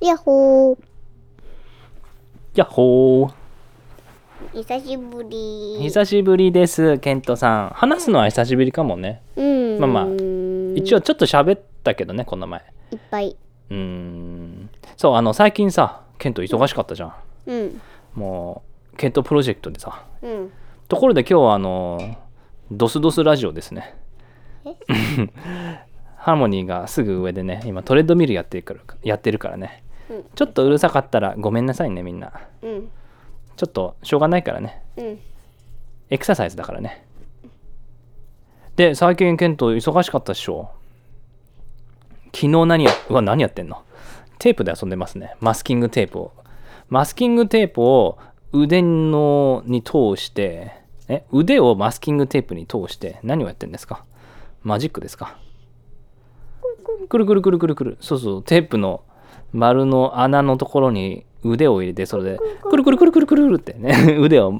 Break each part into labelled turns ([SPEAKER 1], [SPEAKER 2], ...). [SPEAKER 1] やっほー。
[SPEAKER 2] やっほー
[SPEAKER 1] 久しぶり。
[SPEAKER 2] 久しぶりですケントさん話すのは久しぶりかもね
[SPEAKER 1] うん。
[SPEAKER 2] まあまあ一
[SPEAKER 1] 応。
[SPEAKER 2] 応ちょっと喋ったけどねこの前
[SPEAKER 1] いっぱい。
[SPEAKER 2] うーんそうあの最近さケント忙しかったじゃん
[SPEAKER 1] うん。
[SPEAKER 2] もうケントプロジェクトでさ
[SPEAKER 1] うん。
[SPEAKER 2] ところで今日はあのドスドスラジオですね
[SPEAKER 1] え
[SPEAKER 2] ハーモニーがすぐ上でね今トレッドミルやってるからやってるからね
[SPEAKER 1] うん。
[SPEAKER 2] ちょっとうるさかったらごめんなさいねみんな
[SPEAKER 1] うん。
[SPEAKER 2] ちょっとしょうがないからね
[SPEAKER 1] うん。
[SPEAKER 2] エクササイズだからねで最近ケント忙しかったっしょ昨日何やうわ何やってんのテープで遊んでますねマスキングテープをマスキングテープを腕のに通してえ腕をマスキングテープに通して何をやってんですかマジックですかくるくるくるくるくるそうそうテープの丸の穴のところに腕を入れてそれでくるくるくるくるくるくるってね 腕を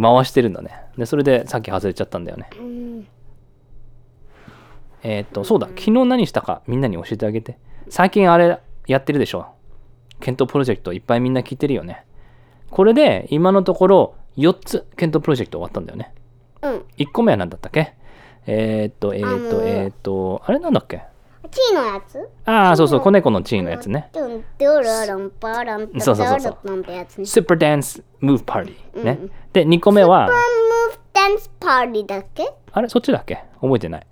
[SPEAKER 2] 回してるんだねでそれでさっき外れちゃったんだよね
[SPEAKER 1] うん。
[SPEAKER 2] えーっとそうだ昨日何したかみんなに教えてあげて最近あれやってるでしょ検討プロジェクトいっぱいみんな聞いてるよねこれで今のところ4つ検討プロジェクト終わったんだよね
[SPEAKER 1] うん。
[SPEAKER 2] 1個目は何だったっけえーっとえーっ
[SPEAKER 1] あ
[SPEAKER 2] と
[SPEAKER 1] の
[SPEAKER 2] えーっとあれなんだっけ
[SPEAKER 1] チーのやつ
[SPEAKER 2] ああそうそう子猫のチーのやつね。
[SPEAKER 1] ドンドロロンパランパ
[SPEAKER 2] そうそうそうそう
[SPEAKER 1] ランパやつね。ス
[SPEAKER 2] スーパーダンスムーブパーティーね、
[SPEAKER 1] うん
[SPEAKER 2] で2個目は
[SPEAKER 1] パムーブダンスパーティーだっけ
[SPEAKER 2] あれそっちだっけ覚えてない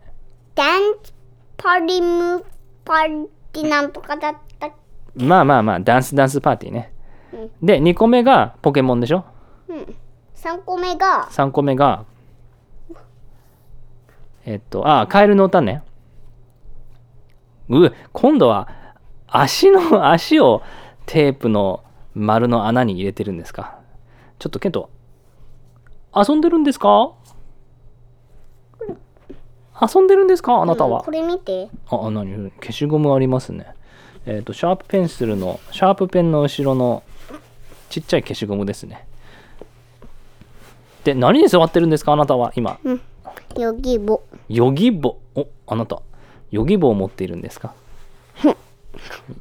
[SPEAKER 1] ダンスパーティームーブパーティーなんとかだった。
[SPEAKER 2] まあまあまあダンスダンスパーティーね、
[SPEAKER 1] うん
[SPEAKER 2] で2個目がポケモンでしょ
[SPEAKER 1] うん。3個目が、
[SPEAKER 2] 3個目がえっとあカエルの歌ねう今度は足の足をテープの丸の穴に入れてるんですかちょっとケント遊んでるんですか遊んでるんですかあなたは、
[SPEAKER 1] うんこれ見て。
[SPEAKER 2] あ、あ何消しゴムありますね。えっ、と、シャープペンシルの、シャープペンの後ろのちっちゃい消しゴムですね。で、何に座ってるんですかあなたは今。
[SPEAKER 1] うん。ヨギボ。
[SPEAKER 2] ヨギボ。お、あなた。ヨギボを持っているんですか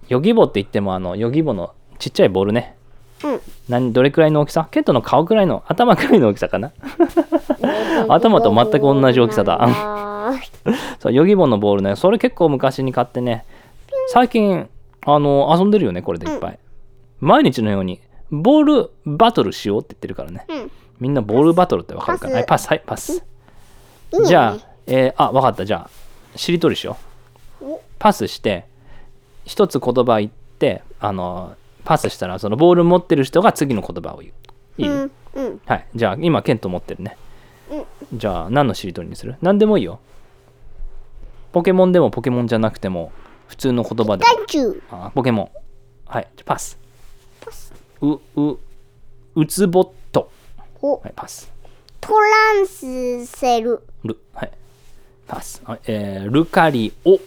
[SPEAKER 2] ヨギボって言っても、あの、ヨギボのちっちゃいボールね。
[SPEAKER 1] うん。
[SPEAKER 2] 何どれくらいの大きさケントの顔くらいの頭くらいの大きさかな 頭と全く同じ大きさだ
[SPEAKER 1] あー
[SPEAKER 2] そうヨギボのボールねそれ結構昔に買ってね最近あの遊んでるよねこれでいっぱい、毎日のようにボールバトルしようって言ってるからね
[SPEAKER 1] うん。
[SPEAKER 2] みんなボールバトルってわかるかなはいパ
[SPEAKER 1] パ
[SPEAKER 2] スはいパス、
[SPEAKER 1] いいね
[SPEAKER 2] じゃあ、えーあわかったじゃあしりとりしよう
[SPEAKER 1] お
[SPEAKER 2] パスして一つ言葉言ってあのパスしたらそのボール持ってる人が次の言葉を言ういい、
[SPEAKER 1] うん。うん。
[SPEAKER 2] はいじゃあ今ケント持ってるね
[SPEAKER 1] うん。
[SPEAKER 2] じゃあ何のしりとりにする何でもいいよ。ポケモンでもポケモンじゃなくても普通の言葉でも
[SPEAKER 1] ダンチュー。
[SPEAKER 2] あポケモン。はい、じゃあパス。う、う、うつぼっと。
[SPEAKER 1] お
[SPEAKER 2] はい、パス。
[SPEAKER 1] トランスセル。
[SPEAKER 2] ル。はい。パス。はいえールカリオ。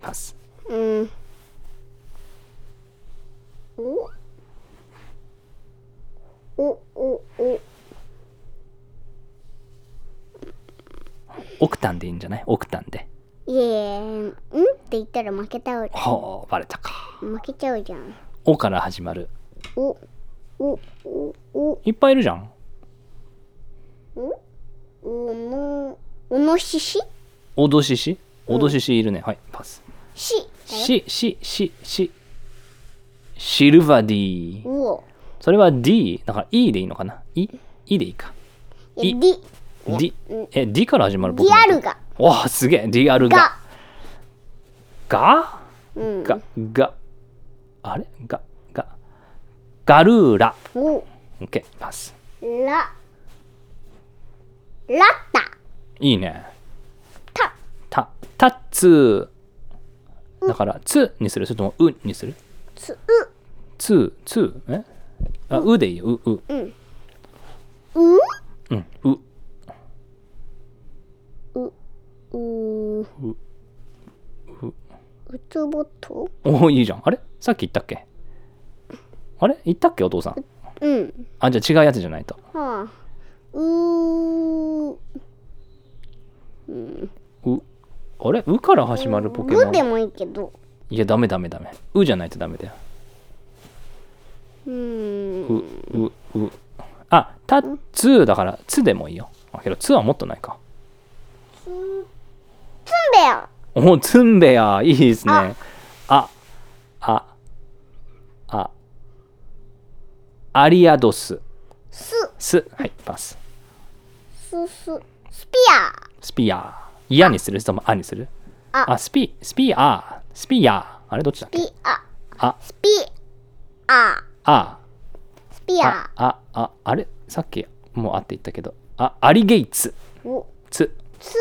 [SPEAKER 2] パス。
[SPEAKER 1] うん。おおおお
[SPEAKER 2] オクタンでいいんじゃないオクタンで。
[SPEAKER 1] いえうんって言ったら負けたわ
[SPEAKER 2] ほう、バレたか。
[SPEAKER 1] 負けちゃうじゃん
[SPEAKER 2] おから始まる。
[SPEAKER 1] おおおお
[SPEAKER 2] いっぱいいるじゃん。
[SPEAKER 1] おおのおのしし
[SPEAKER 2] おどししおどししいるね。はい、パス。
[SPEAKER 1] し
[SPEAKER 2] し、し、し、し。シルバディー。
[SPEAKER 1] うお
[SPEAKER 2] それは D だから E でいいのかな ?E? E でいいか。
[SPEAKER 1] え
[SPEAKER 2] い
[SPEAKER 1] り
[SPEAKER 2] D え D から始まる
[SPEAKER 1] リ
[SPEAKER 2] ポケモン
[SPEAKER 1] アルが
[SPEAKER 2] わあすげえ D アルが
[SPEAKER 1] が
[SPEAKER 2] が
[SPEAKER 1] うん
[SPEAKER 2] ががあれががガルーラ
[SPEAKER 1] お
[SPEAKER 2] OK パス
[SPEAKER 1] らラッ
[SPEAKER 2] いいね
[SPEAKER 1] タタ
[SPEAKER 2] たたっつーだからつにするそれともうにする
[SPEAKER 1] つう
[SPEAKER 2] つーつーえあうでいいようう
[SPEAKER 1] うんう
[SPEAKER 2] うんう
[SPEAKER 1] うううつぼと
[SPEAKER 2] おおいいじゃんあれさっき言ったっけあれ言ったっけお父さん
[SPEAKER 1] うん
[SPEAKER 2] あじゃあ違うやつじゃないと
[SPEAKER 1] はあうう
[SPEAKER 2] うあれうから始まるポケモン
[SPEAKER 1] でもいいけど
[SPEAKER 2] いや、ダメダメダメ。うじゃないとダメだよ。
[SPEAKER 1] うー。、
[SPEAKER 2] うんう、う。あ、た、つだから、つでもいいよ。あ、けど、つはもっとないか。
[SPEAKER 1] つんべよ。
[SPEAKER 2] お、つんべや、いいですね。あ、あ、あ、アリアドス。
[SPEAKER 1] す、
[SPEAKER 2] す、はい、パス。
[SPEAKER 1] す、す。スピ
[SPEAKER 2] スピアー。嫌にするそれとも、あにする
[SPEAKER 1] あ
[SPEAKER 2] あ、スピ、スピアー。スピアー。あれ、どっちだっ
[SPEAKER 1] ア。
[SPEAKER 2] け
[SPEAKER 1] ピア。
[SPEAKER 2] あ、
[SPEAKER 1] スピア。
[SPEAKER 2] あ、
[SPEAKER 1] スピ
[SPEAKER 2] あ
[SPEAKER 1] ア。、
[SPEAKER 2] あ、あ、あれさっき、もうあって言ったけど。あ、アリゲイツ。
[SPEAKER 1] お、
[SPEAKER 2] つ。
[SPEAKER 1] つ。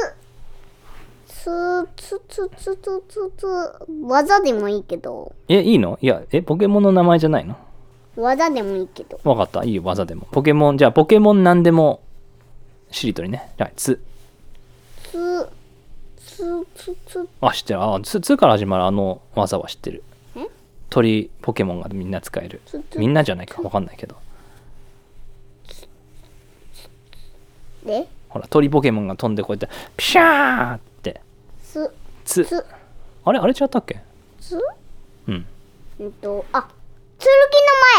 [SPEAKER 1] つ、つ、つ、つ、つ、つ、つ。技でもいいけど。
[SPEAKER 2] え、いいのいや、え、ポケモンの名前じゃないの
[SPEAKER 1] 技でもいいけど。
[SPEAKER 2] わかった。いいよ、技でも。ポケモン、じゃあ、ポケモンなんでも、しりとりね。はい、つ。
[SPEAKER 1] つ、つ、つ、つ。
[SPEAKER 2] あ、知ってる。あ、つ、つから始まるあの技は知ってる
[SPEAKER 1] ん。
[SPEAKER 2] 鳥、ポケモンがみんな使える
[SPEAKER 1] つ。つ
[SPEAKER 2] みんなじゃないか、わかんないけど。
[SPEAKER 1] で、
[SPEAKER 2] ほら、鳥ポケモンが飛んでこうやって、ピシャーって。
[SPEAKER 1] す、
[SPEAKER 2] つ。
[SPEAKER 1] つ、
[SPEAKER 2] あれあれ違ったっけ
[SPEAKER 1] つ。
[SPEAKER 2] うん。
[SPEAKER 1] うんと、あ、剣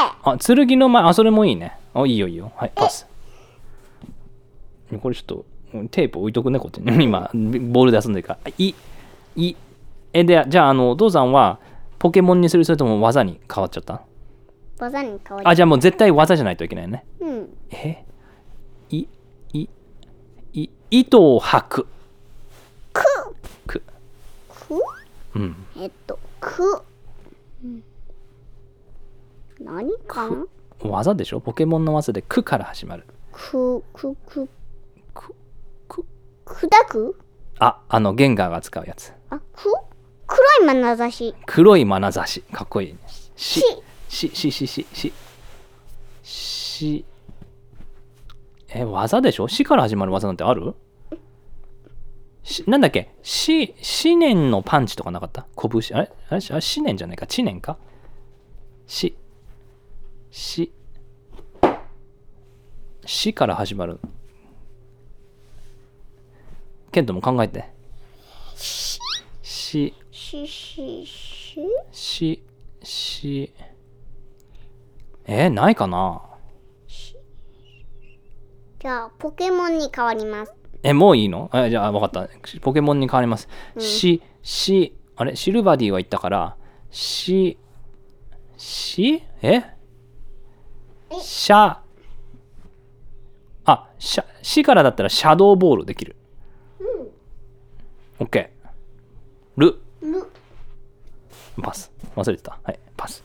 [SPEAKER 1] の前。
[SPEAKER 2] あ、剣の前、あ、それもいいね。あ、いいよいいよ。はい、パス。これちょっと、うんテープ置いとくね、こっち に。今、ボールで遊んでるから。あい、い。え、で、じゃあ、あの、お父さんは、ポケモンにする、それとも技に変わっちゃった
[SPEAKER 1] 技に変わり。
[SPEAKER 2] あ、じゃあもう絶対技じゃないといけないね。
[SPEAKER 1] うん。
[SPEAKER 2] え、い、い、い、糸を吐く。
[SPEAKER 1] く、
[SPEAKER 2] く。
[SPEAKER 1] く。
[SPEAKER 2] うん。
[SPEAKER 1] えっと、く。うん何かな
[SPEAKER 2] 技でしょポケモンの技で、くから始まる。
[SPEAKER 1] く、く、く、
[SPEAKER 2] く、く。
[SPEAKER 1] 砕く
[SPEAKER 2] あ、あの、ゲンガーが使うやつ。
[SPEAKER 1] あ、く黒い眼差し。
[SPEAKER 2] 黒い眼差しかっこいいねしししししししえ技でしょしから始まる技なんてあるしなんだっけし思念のパンチとかなかった拳あれあれあれ思念じゃないか知念かしししから始まるケントも考えてし
[SPEAKER 1] し、し、し。
[SPEAKER 2] し、し、えーないかな
[SPEAKER 1] じゃあ、ポケモンに変わります。
[SPEAKER 2] え、もういいのあじゃあ、わかった。ポケモンに変わります。し、し、あれシルバディは言ったから、し、しえシャ、あ、シャ、しからだったらシャドーボールできる。オッケー。ル、
[SPEAKER 1] る、
[SPEAKER 2] パス。忘れてた。はい、パス。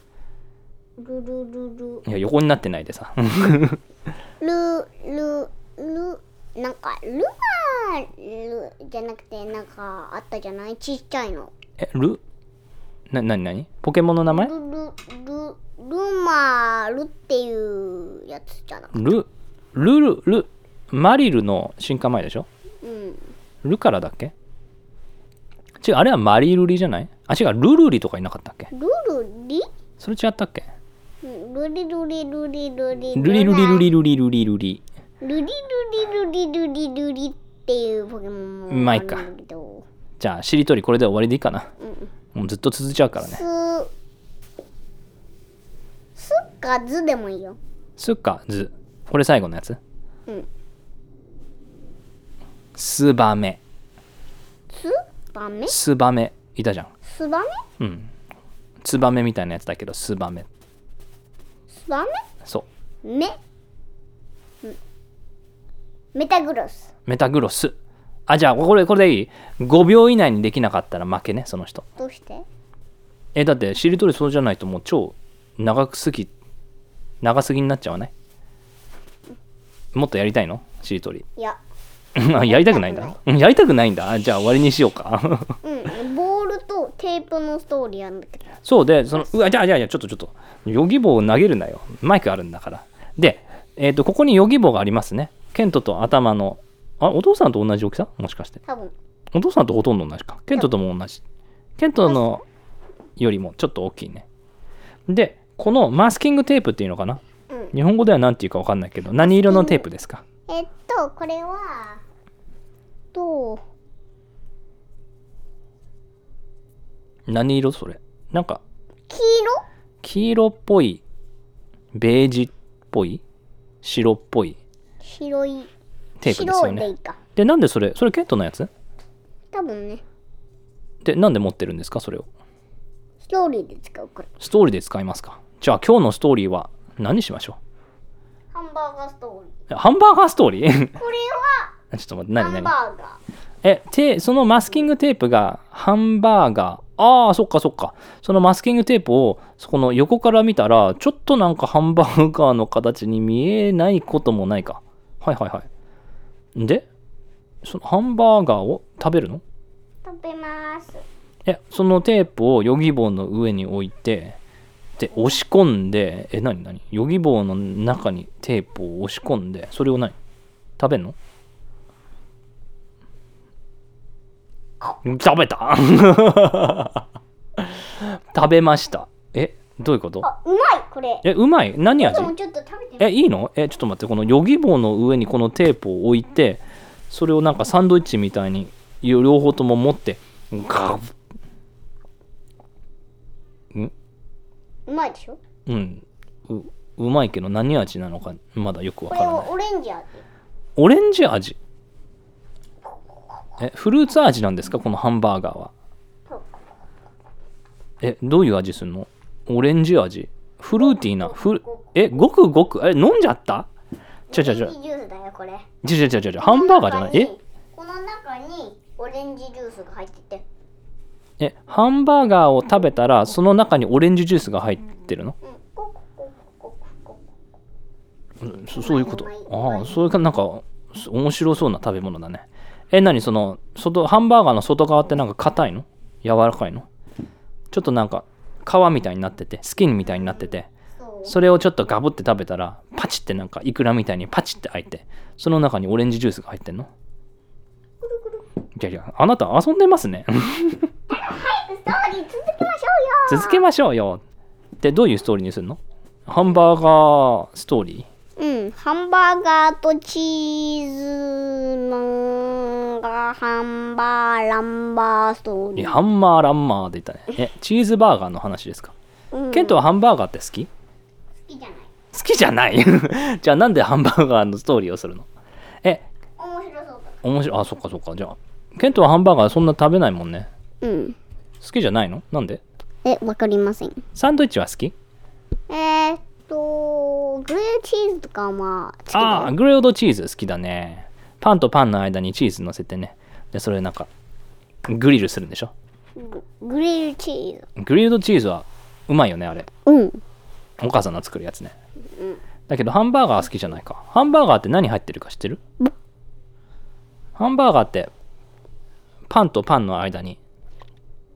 [SPEAKER 1] るるるる。
[SPEAKER 2] いや、横になってないでさ。
[SPEAKER 1] る、る、る。なんか、るは、るじゃなくて、なんか、あったじゃないちっちゃいの。
[SPEAKER 2] え、ルな、なになにポケモンの名前
[SPEAKER 1] ルルルルマールっていうやつじゃなく
[SPEAKER 2] ル、ルル、ル、マリルの進化前でしょ
[SPEAKER 1] うん
[SPEAKER 2] ルからだっけ違う、あれはマリルリじゃないあ、違う、ルルリとかいなかったっけ
[SPEAKER 1] ルルリ
[SPEAKER 2] それ違ったっけ
[SPEAKER 1] うんルリルリルリルリ
[SPEAKER 2] ルリルリルリルリルリルリ。
[SPEAKER 1] ルリルリルリルリルリっていうポケモンも
[SPEAKER 2] まあ
[SPEAKER 1] あ
[SPEAKER 2] い
[SPEAKER 1] る
[SPEAKER 2] っ
[SPEAKER 1] ん
[SPEAKER 2] か
[SPEAKER 1] だけど
[SPEAKER 2] じゃあ、しりとりこれで終わりでいいかな。もうずっと続いちゃうからね。
[SPEAKER 1] すすかずでもいいよ
[SPEAKER 2] すか、ず。これ最後のやつ
[SPEAKER 1] うん。
[SPEAKER 2] すばめ。
[SPEAKER 1] すばめ
[SPEAKER 2] すばめ。いたじゃん。
[SPEAKER 1] すばめ
[SPEAKER 2] うん。ツバメみたいなやつだけど、すばめ。
[SPEAKER 1] すば
[SPEAKER 2] そう。
[SPEAKER 1] めめうんメタグロス
[SPEAKER 2] メタグロス。あ、じゃあ、これ、これでいい ?5 秒以内にできなかったら負けね、その人。
[SPEAKER 1] どうして
[SPEAKER 2] え、だって、しりとりそうじゃないともう超長すぎ、長すぎになっちゃわないもっとやりたいのしりと り。
[SPEAKER 1] いや
[SPEAKER 2] あやりたくないんだ。うんやりたくないんだ。あじゃあ終わりにしようか。
[SPEAKER 1] うんボールとテープのストーリーなんだけど
[SPEAKER 2] そうで、その、うわ、じゃあ、じゃあ、じゃあちょっとちょっと、ヨギ棒を投げるなよ。マイクあるんだから。で、えっ、と、ここにヨギ棒がありますね。ケントと頭の、あ、お父さんと同じ大きさもしかして。
[SPEAKER 1] 多分
[SPEAKER 2] お父さんとほとんど同じか。ケントとも同じ。ケントのよりもちょっと大きいね。で、このマスキングテープっていうのかな
[SPEAKER 1] うん
[SPEAKER 2] 日本語では何て言うかわかんないけど、何色のテープですか
[SPEAKER 1] えっとこれはと
[SPEAKER 2] 何色それなんか
[SPEAKER 1] 黄
[SPEAKER 2] 黄色っぽいベージュっぽい白っぽい
[SPEAKER 1] 色白い
[SPEAKER 2] テープですよ
[SPEAKER 1] 白でい
[SPEAKER 2] ね
[SPEAKER 1] いか
[SPEAKER 2] でなんでそれそれケントのやつ
[SPEAKER 1] 多分ね
[SPEAKER 2] でなんで持ってるんですかそれを
[SPEAKER 1] ストーリーで使うから
[SPEAKER 2] ストーリーで使いますかじゃあ今日のストーリーは何にしましょ
[SPEAKER 1] ハンバーガーストーリ
[SPEAKER 2] うハンバーガーストーリー
[SPEAKER 1] ーこれ
[SPEAKER 2] ちょっと待って
[SPEAKER 1] は
[SPEAKER 2] 何
[SPEAKER 1] ハン
[SPEAKER 2] 何
[SPEAKER 1] バーガ
[SPEAKER 2] え、て、そのマスキングテープがハンバーガー。ああ、そっかそっか。そのマスキングテープを、そこの横から見たら、ちょっとなんかハンバーガーの形に見えないこともないか。はいはいはい。で、そのハンバーガーを食べるの
[SPEAKER 1] ー食べます
[SPEAKER 2] え、そのテープをヨギ棒の上に置いて、で、押し込んで、え、なになにヨギ棒の中にテープを押し込んで、それを何食べんの食べた 食べました。え、どういうこと
[SPEAKER 1] あうまいこれ
[SPEAKER 2] え、うまい。何味
[SPEAKER 1] でもちょっと食べてみ
[SPEAKER 2] え、いいのえ、ちょっと待って、このヨギ棒の上にこのテープを置いて、それをなんかサンドイッチみたいに両方とも持って、ガブ
[SPEAKER 1] うまいでしょ
[SPEAKER 2] うんううまいけど何味なのかまだよくわ
[SPEAKER 1] こ
[SPEAKER 2] か
[SPEAKER 1] れ
[SPEAKER 2] らない
[SPEAKER 1] をオレンジ味
[SPEAKER 2] オレンジ味えフルーツ味なんですかこのハンバーガーは
[SPEAKER 1] そう
[SPEAKER 2] えどういう味するのオレンジ味フルーティーなフルえごくごくえ飲んじゃったちょちょち
[SPEAKER 1] オレ
[SPEAKER 2] ょ
[SPEAKER 1] ンジジュースだよこれ
[SPEAKER 2] ちょちょちょちょちょハンバーガーじゃないえ
[SPEAKER 1] この中にこの中にオレンジジュースが入ってて
[SPEAKER 2] えハンバーガーを食べたらその中にオレンジジュースが入ってるの
[SPEAKER 1] うんコクコクコクコク
[SPEAKER 2] うんそそういうこと
[SPEAKER 1] うまいうまい
[SPEAKER 2] ああそういうかなんかす面白そうな食べ物だねえ何その外ハンバーガーの外側ってなんか硬いの柔らかいのちょっとなんか皮みたいになっててスキンみたいになってて
[SPEAKER 1] そう
[SPEAKER 2] それをちょっとガブって食べたらパチってなんかイクラみたいにパチって開いてその中にオレンジジュースが入ってんのいやいやあなた遊んでますね
[SPEAKER 1] ストーリー続けましょうよ
[SPEAKER 2] 続けましょうよでどういうストーリーにするのハンバーガーストーリー
[SPEAKER 1] うん、ハンバーガーとチーズマンガーハンバーランバーストー
[SPEAKER 2] い
[SPEAKER 1] リ
[SPEAKER 2] や
[SPEAKER 1] ー。
[SPEAKER 2] ハンマーランマーで言ったね。え、チーズバーガーの話ですか。
[SPEAKER 1] うん
[SPEAKER 2] ケントはハンバーガーって好き
[SPEAKER 1] 好きじゃない。
[SPEAKER 2] 好きじゃない じゃあなんでハンバーガーのストーリーをするのえ、
[SPEAKER 1] 面白そうだ。
[SPEAKER 2] 面白い。あ、そっかそっか。じゃあ、ケントはハンバーガーそんな食べないもんね。
[SPEAKER 1] うん。
[SPEAKER 2] 好きじゃないのなんで
[SPEAKER 1] え、わかりません。
[SPEAKER 2] サンドイッチは好き
[SPEAKER 1] えー、っと、グリルチーズとかはまあ、好きだ
[SPEAKER 2] ああー、グレードチーズ好きだね。パンとパンの間にチーズ乗せてね。で、それなんか、グリルするんでしょ
[SPEAKER 1] よググリルチーズ。
[SPEAKER 2] グリルドチーズはうまいよね、あれ。
[SPEAKER 1] うん。
[SPEAKER 2] お母さんの作るやつね。だけどハンバーガーは好きじゃないか。ハンバーガーって何入ってるか知ってるハンバーガーってパンとパンの間に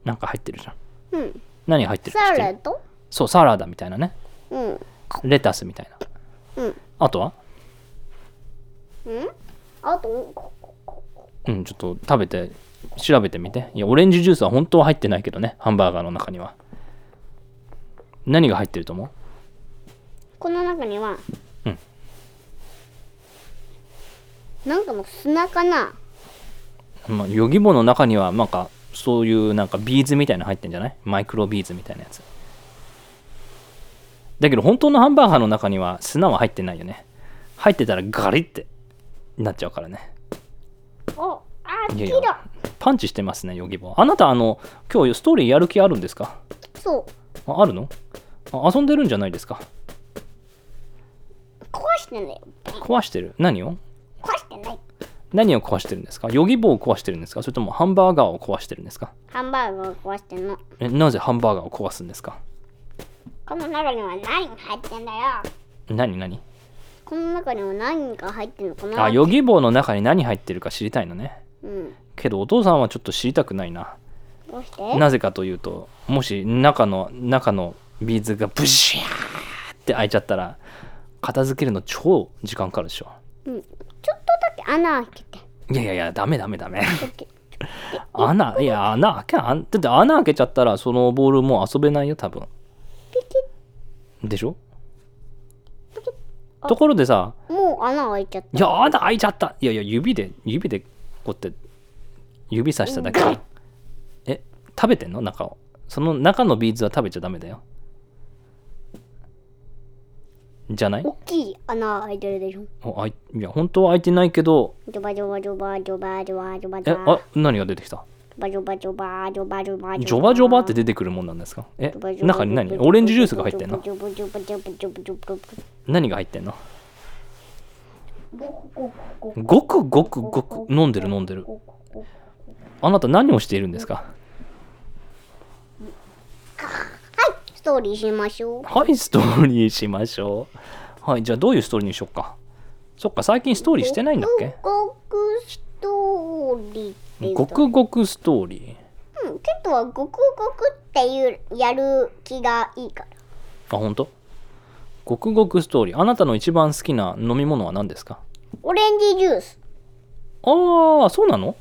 [SPEAKER 2] なんか入ってるじゃん。
[SPEAKER 1] うん。
[SPEAKER 2] 何入ってるか知
[SPEAKER 1] サ
[SPEAKER 2] って
[SPEAKER 1] ラ
[SPEAKER 2] る
[SPEAKER 1] ダと
[SPEAKER 2] そう、サラダみたいなね。
[SPEAKER 1] うん。うん
[SPEAKER 2] レタスみたいな。
[SPEAKER 1] うん
[SPEAKER 2] あとは
[SPEAKER 1] あと、こここ
[SPEAKER 2] うん、ちょっと食べて調べてみて。いや、オレンジジュースは本当は入ってないけどね、ハンバーガーの中には。何が入ってると思う
[SPEAKER 1] この中には、
[SPEAKER 2] うん
[SPEAKER 1] なんかの砂かな
[SPEAKER 2] まあ、ヨギボの中にはなんかそういうなんかビーズみたいなの入ってんじゃないマイクロビーズみたいなやつだけど本当のハンバーガーの中には砂は入ってないよね入ってたらガリってなっちゃうからね
[SPEAKER 1] お、あ、
[SPEAKER 2] いや
[SPEAKER 1] 黄
[SPEAKER 2] い
[SPEAKER 1] 色。
[SPEAKER 2] やパンチしてますねヨギボあなたあの今日ストーリーやる気あるんですか
[SPEAKER 1] そう。
[SPEAKER 2] ああるのあ遊んでるんじゃないですか
[SPEAKER 1] 壊してんだよ。
[SPEAKER 2] 壊してる何を
[SPEAKER 1] 壊してない。
[SPEAKER 2] 何を壊してるんですかヨギボを壊してるんですかそれともハンバーガーを壊してるんですか
[SPEAKER 1] ハンバーガーを壊してんの。
[SPEAKER 2] えなぜハンバーガーを壊すんですか
[SPEAKER 1] この中には何が入ってんだよ。
[SPEAKER 2] 何何
[SPEAKER 1] この中には何が入ってんのかな
[SPEAKER 2] あ、ヨギ棒の中に何入ってるか知りたいのね。
[SPEAKER 1] うん。
[SPEAKER 2] けどお父さんはちょっと知りたくないな。
[SPEAKER 1] どうして
[SPEAKER 2] なぜかというと、もし中の中のビーズがブシャーって開いちゃったら、片付けるの超時間かかるでしょ。
[SPEAKER 1] うん。ちょっとだけ穴開けて。
[SPEAKER 2] いやいやいや、ダメダメ ダメ。
[SPEAKER 1] オッケー
[SPEAKER 2] 穴、いや、穴開け、あんだって穴開けちゃったら、そのボールもう遊べないよ、多分。
[SPEAKER 1] ピキ
[SPEAKER 2] でしょところでさ、
[SPEAKER 1] ッ。もう穴開いちゃっ
[SPEAKER 2] いや、穴開いちゃった。いやいや、指で、指で、こうやって、指さしただけ。え、食べてんの中を。その中のビーズは食べちゃダメだよじゃない
[SPEAKER 1] 大きい穴開いてるでしょ。
[SPEAKER 2] おあいいや本当は開いてないけど
[SPEAKER 1] ジョバジョバジョバジョバジョバジョバジ
[SPEAKER 2] え
[SPEAKER 1] ョバ
[SPEAKER 2] あ何が出てきた
[SPEAKER 1] ジョバジョバジョバジョバ
[SPEAKER 2] ジョバジョバって出てくるもんなんですかえ中に何オレンジジュースが入ってんの
[SPEAKER 1] ジョバジョバジョバジョバジョバジョバ
[SPEAKER 2] 何が入ってんのごくごくごく飲んでる飲んでるあなた何をしているんですか
[SPEAKER 1] ストーリーしましょう。
[SPEAKER 2] はいストーリーしましょう はいじゃあどういうストーリーにしようかそっか最近ストーリーしてないんだっけ
[SPEAKER 1] ごくストーリーっていうと
[SPEAKER 2] ごくごくストーリ
[SPEAKER 1] うん、ケトはごくごくっていうやる気がいいから。
[SPEAKER 2] ーあ本当ごくごくストーリーあなたの一番好きな飲み物は何ですか
[SPEAKER 1] オレンジジュース。
[SPEAKER 2] ああそうなの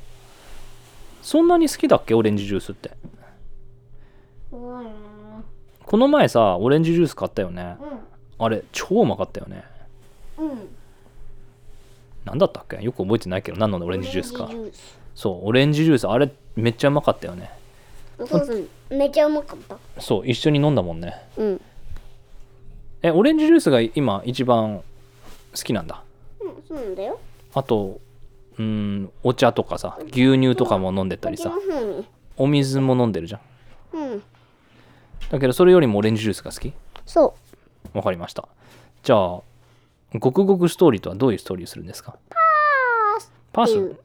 [SPEAKER 2] そんなに好きだっけオレンジジュースって
[SPEAKER 1] うん。
[SPEAKER 2] この前さオレンジジュース買ったよね
[SPEAKER 1] うん。
[SPEAKER 2] あれ超うまかったよね
[SPEAKER 1] うん。
[SPEAKER 2] 何だったっけよく覚えてないけど何のオレンジジュースか
[SPEAKER 1] オレンジジュース
[SPEAKER 2] そうオレンジジュースあれめっちゃうまかったよね
[SPEAKER 1] そうそう。めちゃうまかった。
[SPEAKER 2] そう一緒に飲んだもんね
[SPEAKER 1] うん。
[SPEAKER 2] えオレンジジュースが今一番好きなんだ
[SPEAKER 1] うん、そうなんだよ。
[SPEAKER 2] あとうーんお茶とかさ牛乳とかも飲んでたりさ
[SPEAKER 1] こっちの方に。
[SPEAKER 2] お水も飲んでるじゃん
[SPEAKER 1] うん。
[SPEAKER 2] だけどそれよりもオレンジジュースが好き
[SPEAKER 1] そう。
[SPEAKER 2] わかりましたじゃあごくごくストーリーとはどういうストーリーするんですかパース
[SPEAKER 1] うん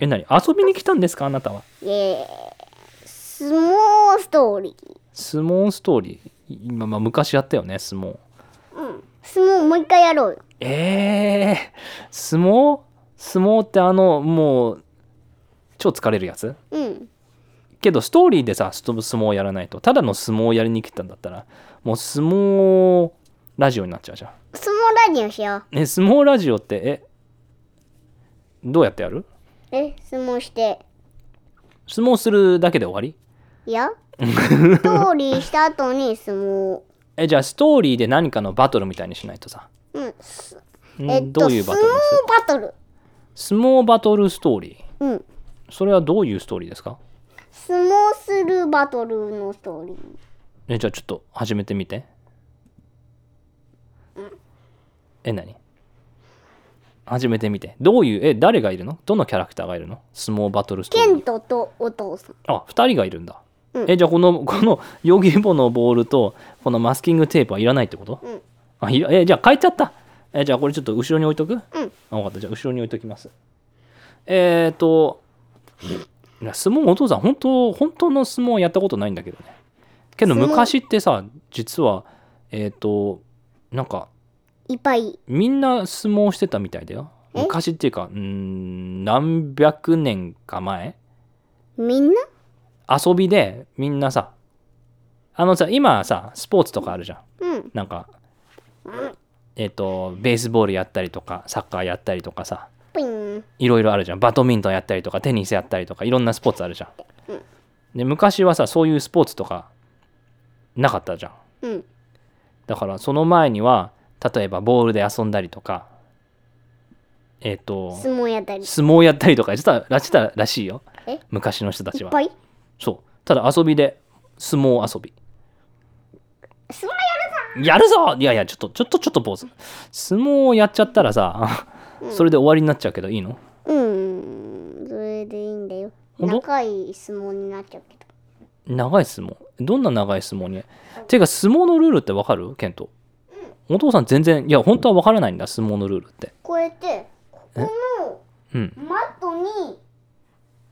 [SPEAKER 2] え何遊びに来たんですかあなたは
[SPEAKER 1] えー、スモーストーリー。
[SPEAKER 2] 相撲ストーリー今、まあ、昔やったよね相撲
[SPEAKER 1] うん。スモーもう一回やろうよ。
[SPEAKER 2] ええ相撲相撲ってあのもう超疲れるやつ
[SPEAKER 1] うん。
[SPEAKER 2] けどストーリーでさスト相撲をやらないとただの相撲をやりに来たんだったらもう相撲ラジオになっちゃうじゃん
[SPEAKER 1] スモーラジオしよう。
[SPEAKER 2] え相撲ラジオってえどうやってやる
[SPEAKER 1] え、スモーして。
[SPEAKER 2] 相撲するだけで終わり
[SPEAKER 1] い や。ストーリーした後にスモー。
[SPEAKER 2] えじゃあストーリーで何かのバトルみたいにしないとさ、
[SPEAKER 1] うん。す
[SPEAKER 2] ん
[SPEAKER 1] えっと、
[SPEAKER 2] どういうバトルです
[SPEAKER 1] スモーバトル。
[SPEAKER 2] 相撲バトルストーリ
[SPEAKER 1] うん。
[SPEAKER 2] ーそれはどういうストーリーですか
[SPEAKER 1] 相撲するバトルのストーリー。
[SPEAKER 2] えじゃあちょっと始めてみてえ何始めてみてどういうえ誰がいるのどのキャラクターがいるの相撲バトルスト
[SPEAKER 1] ケ
[SPEAKER 2] ーリ
[SPEAKER 1] ン
[SPEAKER 2] ー
[SPEAKER 1] トとお父さん。
[SPEAKER 2] あ2人がいるんだ、
[SPEAKER 1] うん
[SPEAKER 2] えじゃあこのこのヨギボのボールとこのマスキングテープはいらないってこと、
[SPEAKER 1] うん
[SPEAKER 2] あいらえじゃあ変えちゃったえじゃあこれちょっと後ろに置いとく
[SPEAKER 1] うん。
[SPEAKER 2] あ分かったじゃあ後ろに置いときますえっ、ー、といや相撲お父さん本当本当の相撲やったことないんだけどねけど
[SPEAKER 1] 相撲
[SPEAKER 2] 昔ってさ実はえっ、ー、となんか
[SPEAKER 1] いっぱい。
[SPEAKER 2] みんな相撲してたみたいだよ
[SPEAKER 1] え
[SPEAKER 2] 昔っていうかうーん何百年か前
[SPEAKER 1] みんな
[SPEAKER 2] 遊びでみんなさあのさ今さスポーツとかあるじゃん
[SPEAKER 1] うん。
[SPEAKER 2] なんかえっ、とベースボールやったりとかサッカーやったりとかさ
[SPEAKER 1] ピン。
[SPEAKER 2] いろいろあるじゃんバドミントンやったりとかテニスやったりとかいろんなスポーツあるじゃん、で昔はさそういうスポーツとかなかったじゃん
[SPEAKER 1] うん。
[SPEAKER 2] だからその前には例えばボールで遊んだりとかえっ、と
[SPEAKER 1] 相撲やったり。
[SPEAKER 2] 相撲やったりとかしてたらしてたらしいよ
[SPEAKER 1] え
[SPEAKER 2] 昔の人た
[SPEAKER 1] い
[SPEAKER 2] ち
[SPEAKER 1] っ
[SPEAKER 2] は
[SPEAKER 1] ぱい
[SPEAKER 2] そうただ遊びで相撲遊び
[SPEAKER 1] 相撲
[SPEAKER 2] やるぞいやいやちょっとちょっとちょっとポーズ相撲をやっちゃったらさそれで終わりになっちゃうけどいいの
[SPEAKER 1] うん、それでいいんだよ。
[SPEAKER 2] ほんと
[SPEAKER 1] 長い相撲になっちゃうけど。
[SPEAKER 2] 長い相撲どんな長い相撲にてか相撲のルールってわかるケントお父さん全然いや本当はわからないんだ相撲のルールって
[SPEAKER 1] こうやって、ここ
[SPEAKER 2] うん
[SPEAKER 1] のマットに、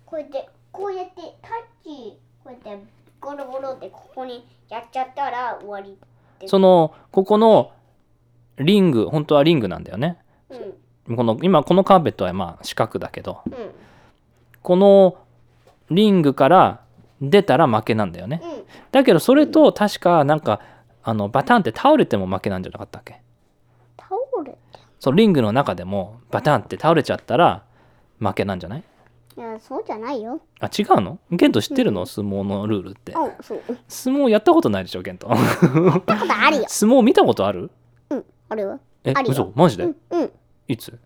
[SPEAKER 1] こうやって、こうやって、タッチ、こうやって、ゴロゴロってここにやっちゃったら終わり。
[SPEAKER 2] そのここのリング本当はリングなんだよね
[SPEAKER 1] うん、うん、
[SPEAKER 2] この今このカーペットはまあ四角だけどこのリングから出たら負けなんだよね
[SPEAKER 1] うん。
[SPEAKER 2] だけどそれと確かなんかあのバタンって倒れても負けなんじゃなかったっけ
[SPEAKER 1] 倒れて。
[SPEAKER 2] そうリングの中でもバタンって倒れちゃったら負けなんじゃない
[SPEAKER 1] いや、そうじゃないよ。
[SPEAKER 2] あ違うのケント知ってるの、相撲のルールって
[SPEAKER 1] あ、そう。見
[SPEAKER 2] 相撲やったことないでしょケント
[SPEAKER 1] たことあるよ。
[SPEAKER 2] 相撲見たことある
[SPEAKER 1] うん、あれは。
[SPEAKER 2] え
[SPEAKER 1] あるよ
[SPEAKER 2] 嘘マジで、
[SPEAKER 1] うん、うん。
[SPEAKER 2] いつ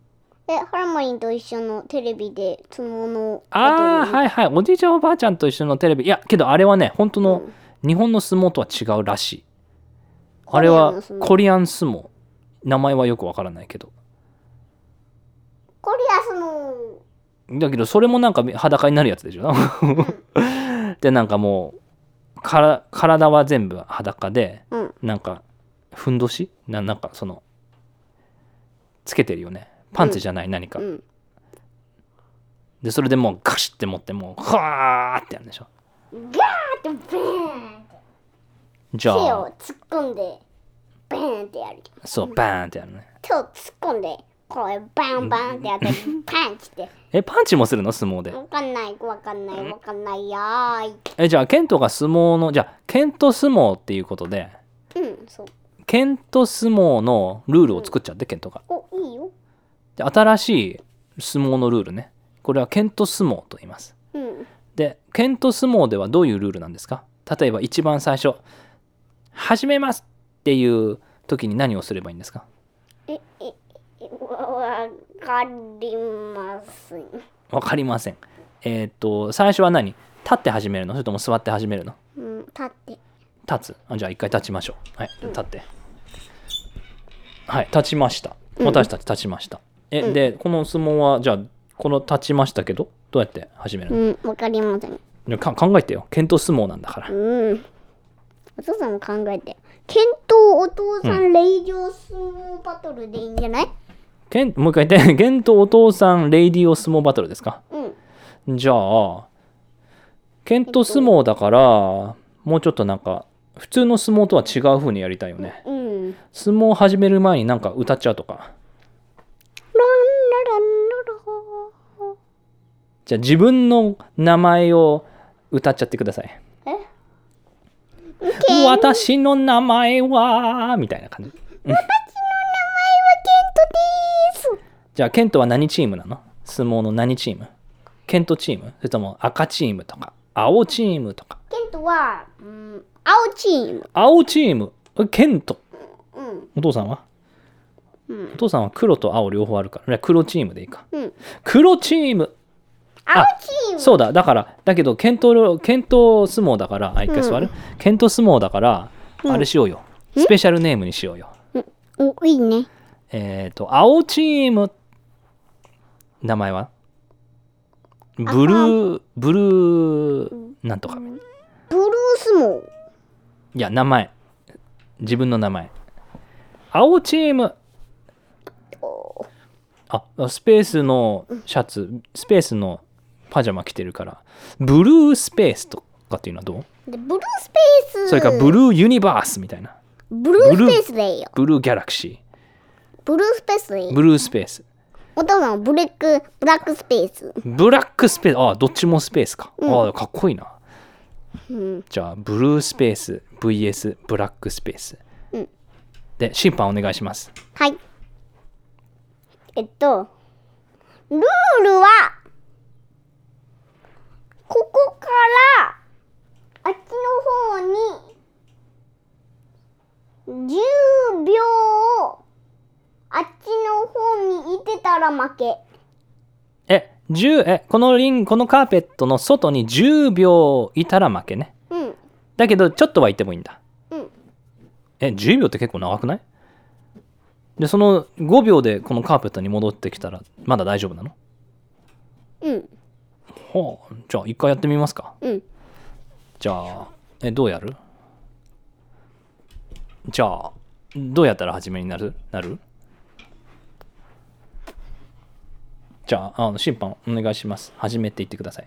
[SPEAKER 1] え、ハラマリンと一緒のテレビで相撲の
[SPEAKER 2] ああ
[SPEAKER 1] い。
[SPEAKER 2] はいはいおじいちゃんおばあちゃんと一緒のテレビいやけどあれはね本当の日本の相撲とは違うらしいあれはコ
[SPEAKER 1] コ
[SPEAKER 2] リアン相撲名前はよくわからないけど
[SPEAKER 1] コリアスの
[SPEAKER 2] だけどそれもなんか裸になるやつでしょ でなんかもうから体は全部裸で
[SPEAKER 1] うん
[SPEAKER 2] なんかふんどしななんかそのつけてるよねパンツじゃない何か、
[SPEAKER 1] うん
[SPEAKER 2] でそれでもうガシッて持ってもうはーってやるんでしょ
[SPEAKER 1] あとベーン
[SPEAKER 2] じゃ
[SPEAKER 1] 手
[SPEAKER 2] あ
[SPEAKER 1] を突っ込んでベーンってやるじゃん
[SPEAKER 2] そうバーンってやるね
[SPEAKER 1] 手を突っ込んでこうバンバンってやってパンチって
[SPEAKER 2] えパンチもするの相撲で
[SPEAKER 1] わかんないわかんないわかんないよーい
[SPEAKER 2] えじゃあケントが相撲のじゃあケント相撲っていうことで
[SPEAKER 1] うんそう
[SPEAKER 2] ケント相撲のルールを作っちゃってケントが
[SPEAKER 1] おいいよ
[SPEAKER 2] で新しい相撲のルールねこれはケント相撲と言います
[SPEAKER 1] うん
[SPEAKER 2] でケント相撲ではどういうルールなんですか例えば一番最初「始めます!」っていう時に何をすればいいんですか
[SPEAKER 1] えええわわかります
[SPEAKER 2] わかりませんえーっと最初は何立って始めるのそれとも座って始めるの
[SPEAKER 1] うん立って
[SPEAKER 2] 立つあじゃあ一回立ちましょうはい立ってはい立ちました私たち立ちました、えでこの相撲はじゃあこの立ちましたけどどうやって始めるの、
[SPEAKER 1] うんわかりません
[SPEAKER 2] いやか考えてよ検討相撲なんだから、
[SPEAKER 1] うんお父さんも考えて検討お父さん令嬢相撲バトルでいいんじゃない
[SPEAKER 2] けんもう一回言って「 検討お父さんレイディオ相撲バトル」ですか
[SPEAKER 1] うん
[SPEAKER 2] じゃあ検討相撲だからもうちょっとなんか普通の相撲とは違う風にやりたいよね
[SPEAKER 1] うん
[SPEAKER 2] 相撲始める前になんか歌っちゃうとか
[SPEAKER 1] ランラランララ
[SPEAKER 2] じゃあ自分の名前を歌っちゃってください
[SPEAKER 1] ケン
[SPEAKER 2] 私の名前はみたいな感じ
[SPEAKER 1] トでーす
[SPEAKER 2] じゃあケントは何チームなの相撲の何チームケントチームそれとも赤チームとか青チームとか
[SPEAKER 1] ケントは、うん、青チーム
[SPEAKER 2] 青チームえケント
[SPEAKER 1] うん
[SPEAKER 2] お父さんは、
[SPEAKER 1] うん
[SPEAKER 2] お父さんは黒と青両方あるからいや黒チームでいいか
[SPEAKER 1] うん
[SPEAKER 2] 黒チーム
[SPEAKER 1] 青チーム
[SPEAKER 2] そうだだからだけどケントケント相撲だからあ一回座る、ケント相撲だからあれしようよ、スペシャルネームにしようよ
[SPEAKER 1] おいいね
[SPEAKER 2] えっ、と、青チーム、名前はブルー、ブルー、なんとか。
[SPEAKER 1] ブルースも
[SPEAKER 2] いや、名前。自分の名前。青チーム。あ、スペースのシャツ、スペースのパジャマ着てるから、ブルースペースとかっていうのはどう
[SPEAKER 1] でブルースペース
[SPEAKER 2] それからブルーユニバースみたいな。
[SPEAKER 1] ブルースペースでいいよ
[SPEAKER 2] ブルーギャラクシ
[SPEAKER 1] ブルースペースでいい
[SPEAKER 2] ー、ブルースペース、
[SPEAKER 1] お父さんはブレックブラックスペース
[SPEAKER 2] ブラックスペース、ああ、どっちもスペースか。ああ、かっこいいな。
[SPEAKER 1] うん
[SPEAKER 2] じゃあブルースペース VS ブラックスペース、
[SPEAKER 1] うん
[SPEAKER 2] で審判お願いします
[SPEAKER 1] はいえっとルールはここからあっちの方に10秒あっちの方にいてたら負け
[SPEAKER 2] え10えこのリンこのカーペットの外に10秒いたら負けね
[SPEAKER 1] うん
[SPEAKER 2] だけどちょっとはいてもいいんだ
[SPEAKER 1] うん
[SPEAKER 2] え10秒って結構長くないでその5秒でこのカーペットに戻ってきたらまだ大丈夫なの
[SPEAKER 1] うん
[SPEAKER 2] ほうじゃあ一回やってみますか
[SPEAKER 1] うん
[SPEAKER 2] じゃあえどうやるじゃあどうやったら初めになるなるじゃああの審判お願いします始めていってください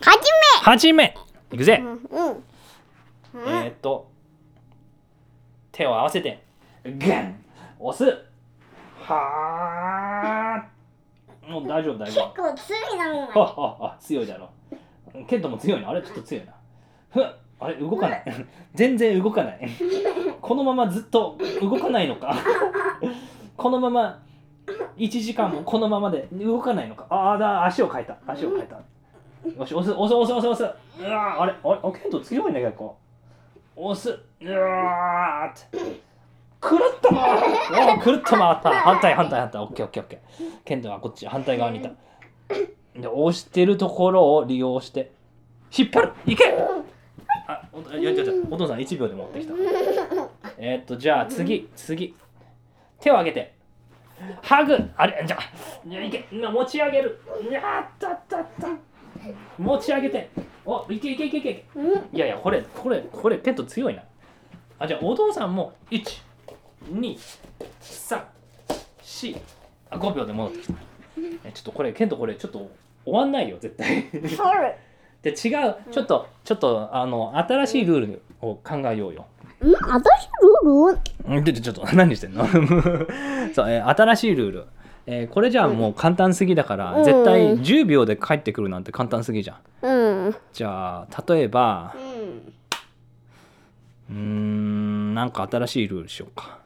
[SPEAKER 1] はじ
[SPEAKER 2] 始めいくぜ、
[SPEAKER 1] めうん
[SPEAKER 2] えーっと手を合わせてグン押すはーもう大丈夫大丈夫
[SPEAKER 1] こう罪なの
[SPEAKER 2] はあはあはあ 強いだろケントも強いなあれちょっと強いなふんあれ動かない 全然動かないこのままずっと動かないのか このまま1時間もこのままで動かないのかああだ足を変えた足を変えたよし押す押す押す押す押すうわーあれあれあケント強いね結構押すうわーってくくるっと回ったおーくるっと回った反対反対反対オッケーオッケーオッケーケントはこっち反対側にいたで押してるところを利用して引っ張るいけあおいやいやいやお父さん1秒で持ってきたえーっとじゃあ次次手を上げてハグあれじゃあいやいけな持ち上げるやったったった持ち上げておいけいけいけいけいけいやいやこれこれこれペット強いなあじゃあお父さんも1234あ5秒で戻ってきたえちょっとこれケントこれちょっと終わんないよ絶対
[SPEAKER 1] Sorry.
[SPEAKER 2] で違うちょっとちょっとあの新しいルールを考えようよ
[SPEAKER 1] ん私ルール
[SPEAKER 2] んちょちょちょっと何してんの そう、えー新しいルール、えーこれじゃあもう簡単すぎだから、
[SPEAKER 1] うん
[SPEAKER 2] 絶対10秒で帰ってくるなんて簡単すぎじゃん
[SPEAKER 1] うん。
[SPEAKER 2] じゃあ例えば
[SPEAKER 1] うん。
[SPEAKER 2] うーんなんか新しいルールしようか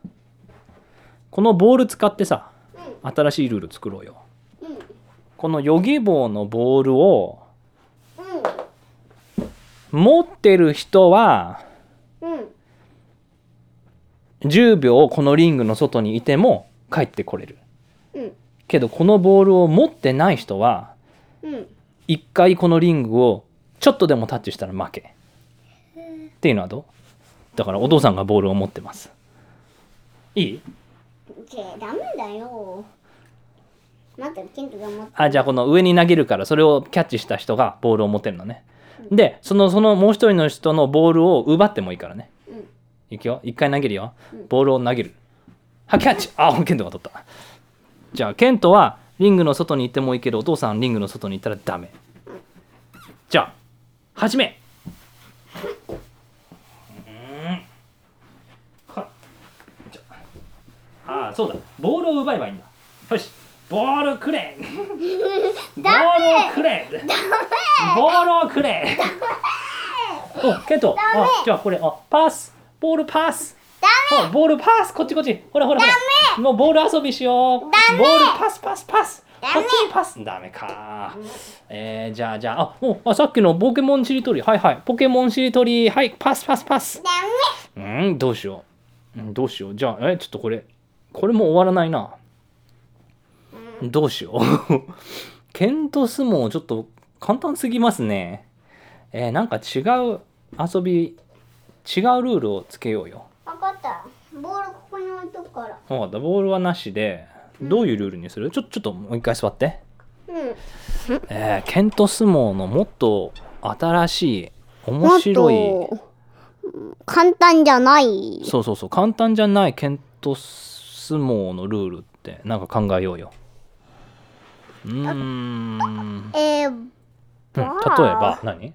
[SPEAKER 2] このボール使ってさ新しいルール作ろうよ
[SPEAKER 1] うん。
[SPEAKER 2] このヨギ棒のボールを
[SPEAKER 1] う
[SPEAKER 2] 持ってる人は
[SPEAKER 1] ん。うん。
[SPEAKER 2] 10秒このリングの外にいても帰ってこれる
[SPEAKER 1] うん。
[SPEAKER 2] けどこのボールを持ってない人は
[SPEAKER 1] うん。
[SPEAKER 2] 1回このリングをちょっとでもタッチしたら負けっていうのはどうだからお父さんがボールを持ってますいい
[SPEAKER 1] じゃダメだよ。待って、ケントが持って。
[SPEAKER 2] あじゃあこの上に投げるからそれをキャッチした人がボールを持てるのねでそのそのもう一人の人のボールを奪ってもいいからね
[SPEAKER 1] うん。
[SPEAKER 2] いくよ一回投げるよ
[SPEAKER 1] うん
[SPEAKER 2] ボールを投げるはキャッチあケントが取ったじゃあケントはリングの外に行ってもいいけどお父さんリングの外に行ったらダメじゃあ始めうーんはじゃああーそうだボールを奪えばいいんだよしボール くれボールをくれボールをくれおケントあじゃあこれあパスボールパスダメボールパスこっちこっちほらほらほらもうボール遊びしよう
[SPEAKER 1] ダメ
[SPEAKER 2] ボールパスパスパス
[SPEAKER 1] ダメ
[SPEAKER 2] こっちにパスダメかえー、じゃあじゃああおあさっきのポケモンしりとりはいはいポケモンしりとりはいパスパスパス
[SPEAKER 1] ダメ
[SPEAKER 2] うんどうしよううんどうしようじゃあえちょっとこれこれも終わらないなどうしよう ケント相撲ちょっと簡単すぎますねえーなんか違う遊び違うルールをつけようよ
[SPEAKER 1] わかった。ボールここに置いとくから。
[SPEAKER 2] 分かったボールはなしでどういうルールにするちょちょっともう一回座って
[SPEAKER 1] うん。
[SPEAKER 2] えー、ケント相撲のもっと新しい面白い
[SPEAKER 1] 簡単じゃない。
[SPEAKER 2] そうそうそう簡単じゃないケント相撲のルールってなんか考えようようーんうん
[SPEAKER 1] えー、
[SPEAKER 2] 例えば何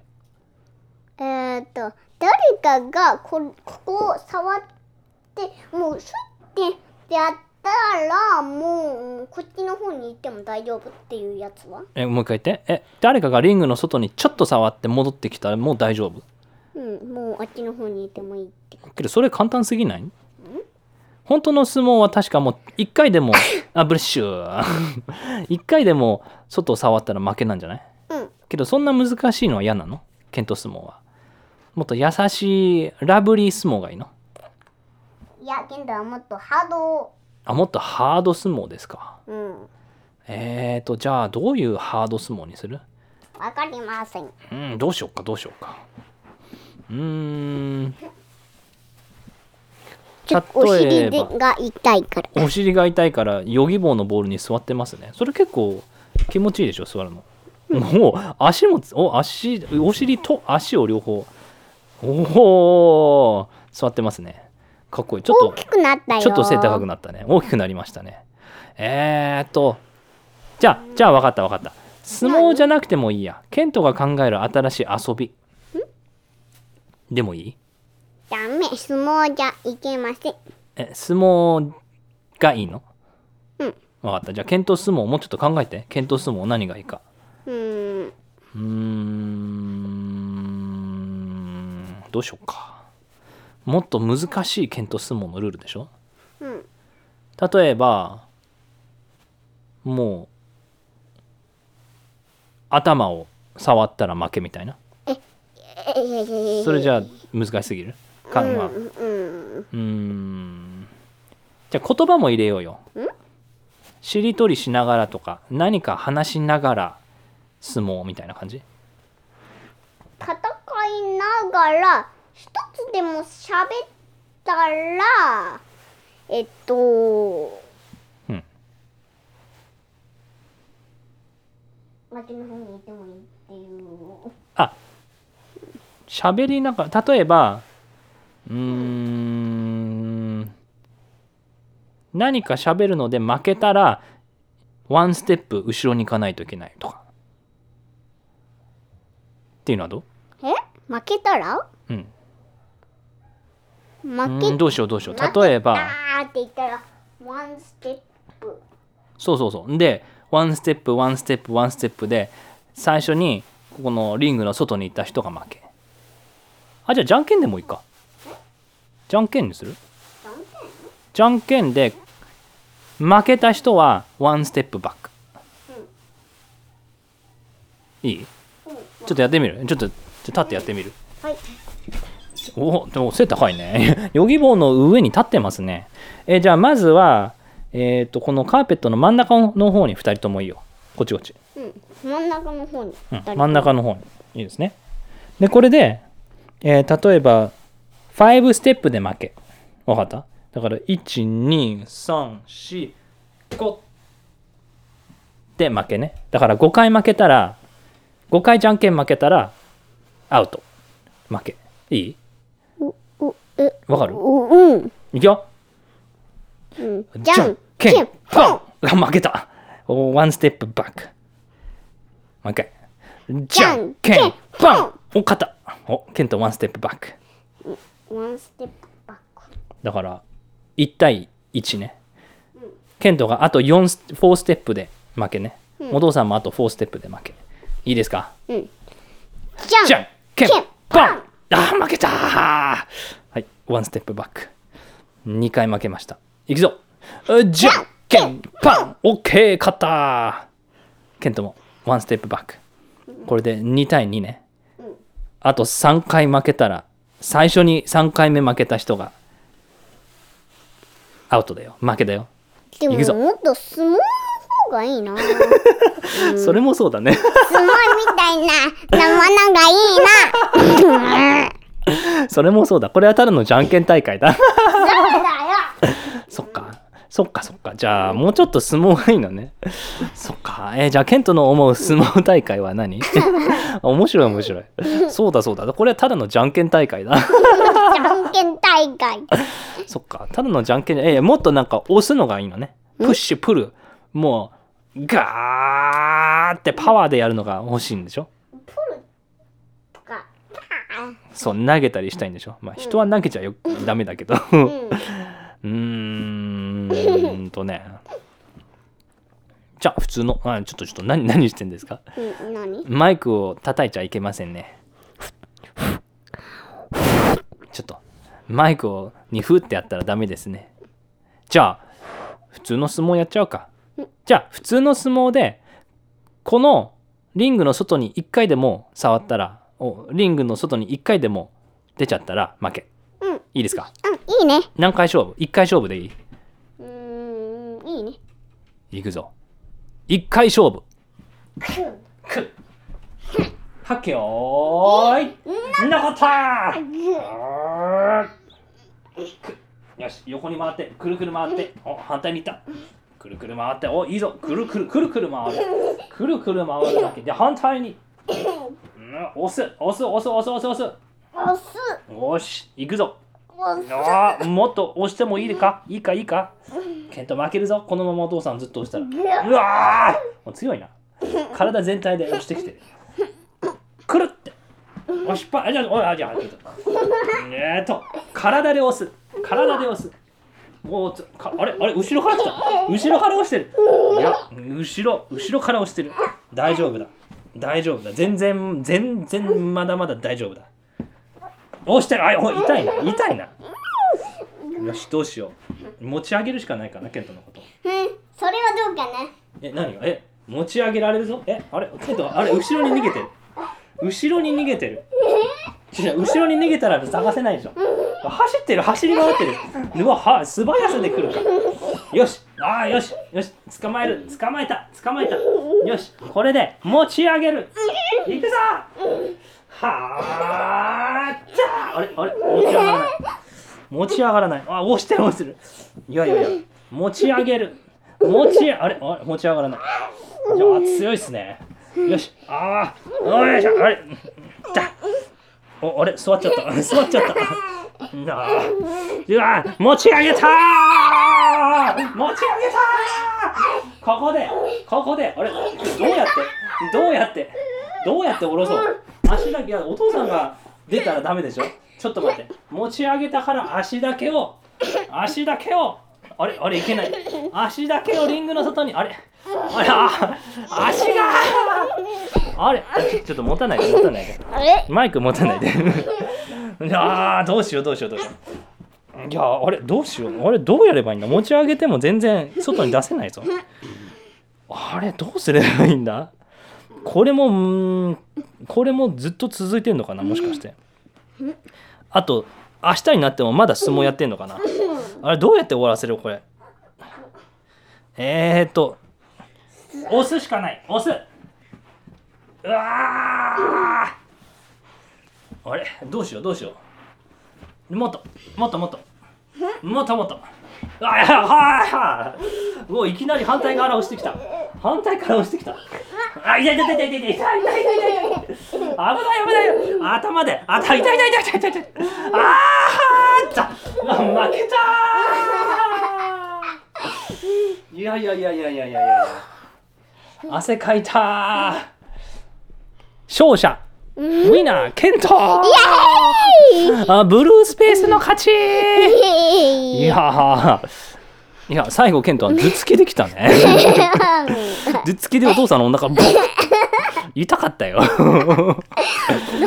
[SPEAKER 1] えー、っと、誰かがこここを触って、もうシュッてやったら、もうこっちの方に行っても大丈夫っていうやつは
[SPEAKER 2] えもう一回言ってえ誰かがリングの外にちょっと触って戻ってきたらもう大丈夫
[SPEAKER 1] うん、もうあっちの方に行ってもいいってこ
[SPEAKER 2] けどそれ簡単すぎない本当の相撲は確かもう一回でもあブレッシュ 一回でも外を触ったら負けなんじゃない
[SPEAKER 1] と。うん。
[SPEAKER 2] けどそんな難しいのは嫌なのケント相撲はもっと優しいラブリー相撲がいいの
[SPEAKER 1] いや、ケントはもっとハードを。
[SPEAKER 2] あもっとハード相撲ですか
[SPEAKER 1] うん。
[SPEAKER 2] えーとじゃあどういうハード相撲にする
[SPEAKER 1] わかりません。
[SPEAKER 2] うんどうしようかどうしようかうーん
[SPEAKER 1] ちょっとお
[SPEAKER 2] 例
[SPEAKER 1] 尻
[SPEAKER 2] え
[SPEAKER 1] で
[SPEAKER 2] ば
[SPEAKER 1] が痛いから。
[SPEAKER 2] お尻が痛いからヨギ棒のボールに座ってますねそれ結構気持ちいいでしょ座るのもう足もお足お尻と足を両方おお座ってますねかっこいいちょっと
[SPEAKER 1] 大きくなったよ。
[SPEAKER 2] ちょっと背高くなったね。大きくなりましたね。えーっと、じゃあ、じゃあ分かった分かった。相撲じゃなくてもいいや。ケントが考える新しい遊び。でもいい
[SPEAKER 1] ダメ、相撲じゃいけません。
[SPEAKER 2] え、相撲がいいの
[SPEAKER 1] うん。
[SPEAKER 2] 分かった。じゃあ、ケント相撲もうちょっと考えて。ケント相撲何がいいか。
[SPEAKER 1] うん。
[SPEAKER 2] うーん、どうしようか。もっと難しいケント相撲のルールでしょ
[SPEAKER 1] うん。
[SPEAKER 2] 例えばもう頭を触ったら負けみたいなそれじ
[SPEAKER 1] ゃ
[SPEAKER 2] ゃあ難しすぎるか、まあう
[SPEAKER 1] うん。
[SPEAKER 2] ーんじゃあ言葉も入れようよ
[SPEAKER 1] ん。
[SPEAKER 2] しりとりしながらとか何か話しながら相撲みたいな感じ
[SPEAKER 1] 戦いながら一つでも喋ったらえっと
[SPEAKER 2] うん
[SPEAKER 1] 負けの方に行ってもいいっていう
[SPEAKER 2] あ喋りながら例えばうーん何か喋るので負けたらワンステップ後ろに行かないといけないとかっていうのはど
[SPEAKER 1] え負けたら
[SPEAKER 2] う、うん、
[SPEAKER 1] 負
[SPEAKER 2] うーん
[SPEAKER 1] け
[SPEAKER 2] どうしようどうしよ
[SPEAKER 1] 負け
[SPEAKER 2] う例えば
[SPEAKER 1] たーって言ったらワンステップ
[SPEAKER 2] そうそうそうでワンステップワンステップワンステップで最初にここのリングの外に行った人が負けあじゃあじゃんけんでもいいかじゃんけんにする
[SPEAKER 1] じゃんけん
[SPEAKER 2] じゃんけんで負けた人はワンステップバックいい
[SPEAKER 1] うん
[SPEAKER 2] ちょっとやってみるちょっとじゃあ立ってやってみる
[SPEAKER 1] はい
[SPEAKER 2] おでも背高いね ヨギボーの上に立ってますねえじゃあまずはえっ、とこのカーペットの真ん中の方に2人ともいいよこっちこっち
[SPEAKER 1] うん真ん中の方に
[SPEAKER 2] うん
[SPEAKER 1] 二人
[SPEAKER 2] 真ん中の方にいいですねでこれで、えー例えば5ステップで負けわかっただから12345で負けねだから5回負けたら5回じゃんけん負けたらアウト負けいい
[SPEAKER 1] おおえ
[SPEAKER 2] わかる
[SPEAKER 1] おうん
[SPEAKER 2] いくよ
[SPEAKER 1] うん
[SPEAKER 2] じゃんけんポンあ負けたおワンステップバックもう一回じゃんけんポンお勝ったおケントワンステップバック
[SPEAKER 1] ワンステップバック
[SPEAKER 2] だから1対1ねケントがあと4ス4ステップで負けね、お父さんもあと4ステップで負けいいですか
[SPEAKER 1] うん
[SPEAKER 2] じ
[SPEAKER 1] じゃ
[SPEAKER 2] ゃ
[SPEAKER 1] ん
[SPEAKER 2] んけん
[SPEAKER 1] けん
[SPEAKER 2] ポン
[SPEAKER 1] ポン
[SPEAKER 2] あー負けたーはいワンステップバック2回負けましたいくぞうじゃんけんポンオッケー勝ったーケントもワンステップバックこれで2対2ねあと3回負けたら最初に3回目負けた人がアウトだよ負けだよ
[SPEAKER 1] で
[SPEAKER 2] いくぞ
[SPEAKER 1] ももっと相撲の方がいいな相撲
[SPEAKER 2] それもそうだね
[SPEAKER 1] みたいな生のがいいな
[SPEAKER 2] それもそうだこれはただのじゃんけん大会だ
[SPEAKER 1] そうだよ
[SPEAKER 2] そっか。そっかそっか。じゃあ、もうちょっと相撲がいいのね。 そっか。えーじゃあ、ケントの思う相撲大会は何あ面白い面白い。そうだそうだ。これはただのじゃんけん大会だ。
[SPEAKER 1] じゃんけん大会
[SPEAKER 2] そっか。ただのじゃんけん、えーもっとなんか押すのがいいのね。プッシュ、プル。もう、ガーってパワーでやるのが欲しいんでしょ
[SPEAKER 1] と か
[SPEAKER 2] そう、投げたりしたいんでしょまあ、人は投げちゃよ、ダメだけど。
[SPEAKER 1] うん
[SPEAKER 2] うーんとね。じゃあ普通のあちょっとちょっと何何してんですか
[SPEAKER 1] うん何
[SPEAKER 2] マイクを叩いちゃいけませんね。ちょっとマイクをにふってやったらダメですね。じゃあ普通の相撲やっちゃうか。じゃあ普通の相撲でこのリングの外に1回でも触ったらおリングの外に1回でも出ちゃったら負け。
[SPEAKER 1] うんうん
[SPEAKER 2] いいですか
[SPEAKER 1] いいね
[SPEAKER 2] 何回勝負 ?1 回勝負でいいう
[SPEAKER 1] ーんいい ね
[SPEAKER 2] いくぞ。一回勝負。くっ。はっけよーい。なかったーくっよし、横に回って、くるくる回って、お、反対にいった。くるくる回って、お、いいぞ。くるくるくるくる回る。くるくる回るだけで、反対に。うん押す、押す、押す、押す、押す、押す。
[SPEAKER 1] 押す
[SPEAKER 2] よし、いくぞ。
[SPEAKER 1] 押す
[SPEAKER 2] あーもっと押してもいいかいいかいいかケント負けるぞこのままお父さんずっと押したらうわーもう強いな体全体で押してきてるくるって押しっぱあじゃあおいあじゃあちょっとえーっと体で押す体で押すもうつかあれあれ後ろから来た後ろから押してるいや後ろ後ろから押してる大丈夫だ大丈夫だ全然全然まだまだ大丈夫だ押してるあおい痛いな痛いなよしどうしよう持ち上げるしかないかなケントのこと
[SPEAKER 1] うんそれはどうかな
[SPEAKER 2] え何がえ持ち上げられるぞえあれケントあれ後ろに逃げてる後ろに逃げてる違う後ろに逃げたら探せないでしょ走ってる走り回ってるうわは素早さで来るかよしああよしよし捕まえる捕まえた捕まえたよしこれで持ち上げるいくぞはーっちゃーあれあれ持ち上がらない持ち上がらないあ押してる押してるいやいやいや持ち上げる持ちあれあれ持ち上がらないいや強いっすねよしああよいしょあれじゃおあれ座っちゃった 座っちゃった なあうわ持ち上げたー持ち上げたーここでここであれどうやってどうやってどうやって下ろそう足だけお父さんが出たらダメでしょちょっと待って持ち上げたから足だけを足だけをあれあれいけない足だけをリングの外にあれあれあ足があれちょっと持たないで持たないで
[SPEAKER 1] あれ
[SPEAKER 2] マイク持た ないで。いやーどうしようどうしようどうしよう。いやーあれどうしようあれどうやればいいんだ持ち上げても全然外に出せないぞ。あれどうすればいいんだこれもうーんこれもずっと続いてんのかなもしかして。あと明日になってもまだ相撲やってんのかなあれどうやって終わらせるこれ。えーっと押すしかない押すうわーあれどうしようどうしようもっともっともっともっともっとあはいはいもういきなり反対側から押してきた反対から押してきたあ痛い痛い痛い痛い痛い痛い痛い痛い痛い危ない危ない頭であ痛い痛い痛い痛い痛い痛い痛いあーったあ負けたーいやいやいやいやいやいやいや汗かいたー勝者ウィナーケントあブルースペースの勝ちいやーいや最後ケントは頭突きできたね 頭突きでお父さんのお腹ボン痛かったよ
[SPEAKER 1] 本当の相撲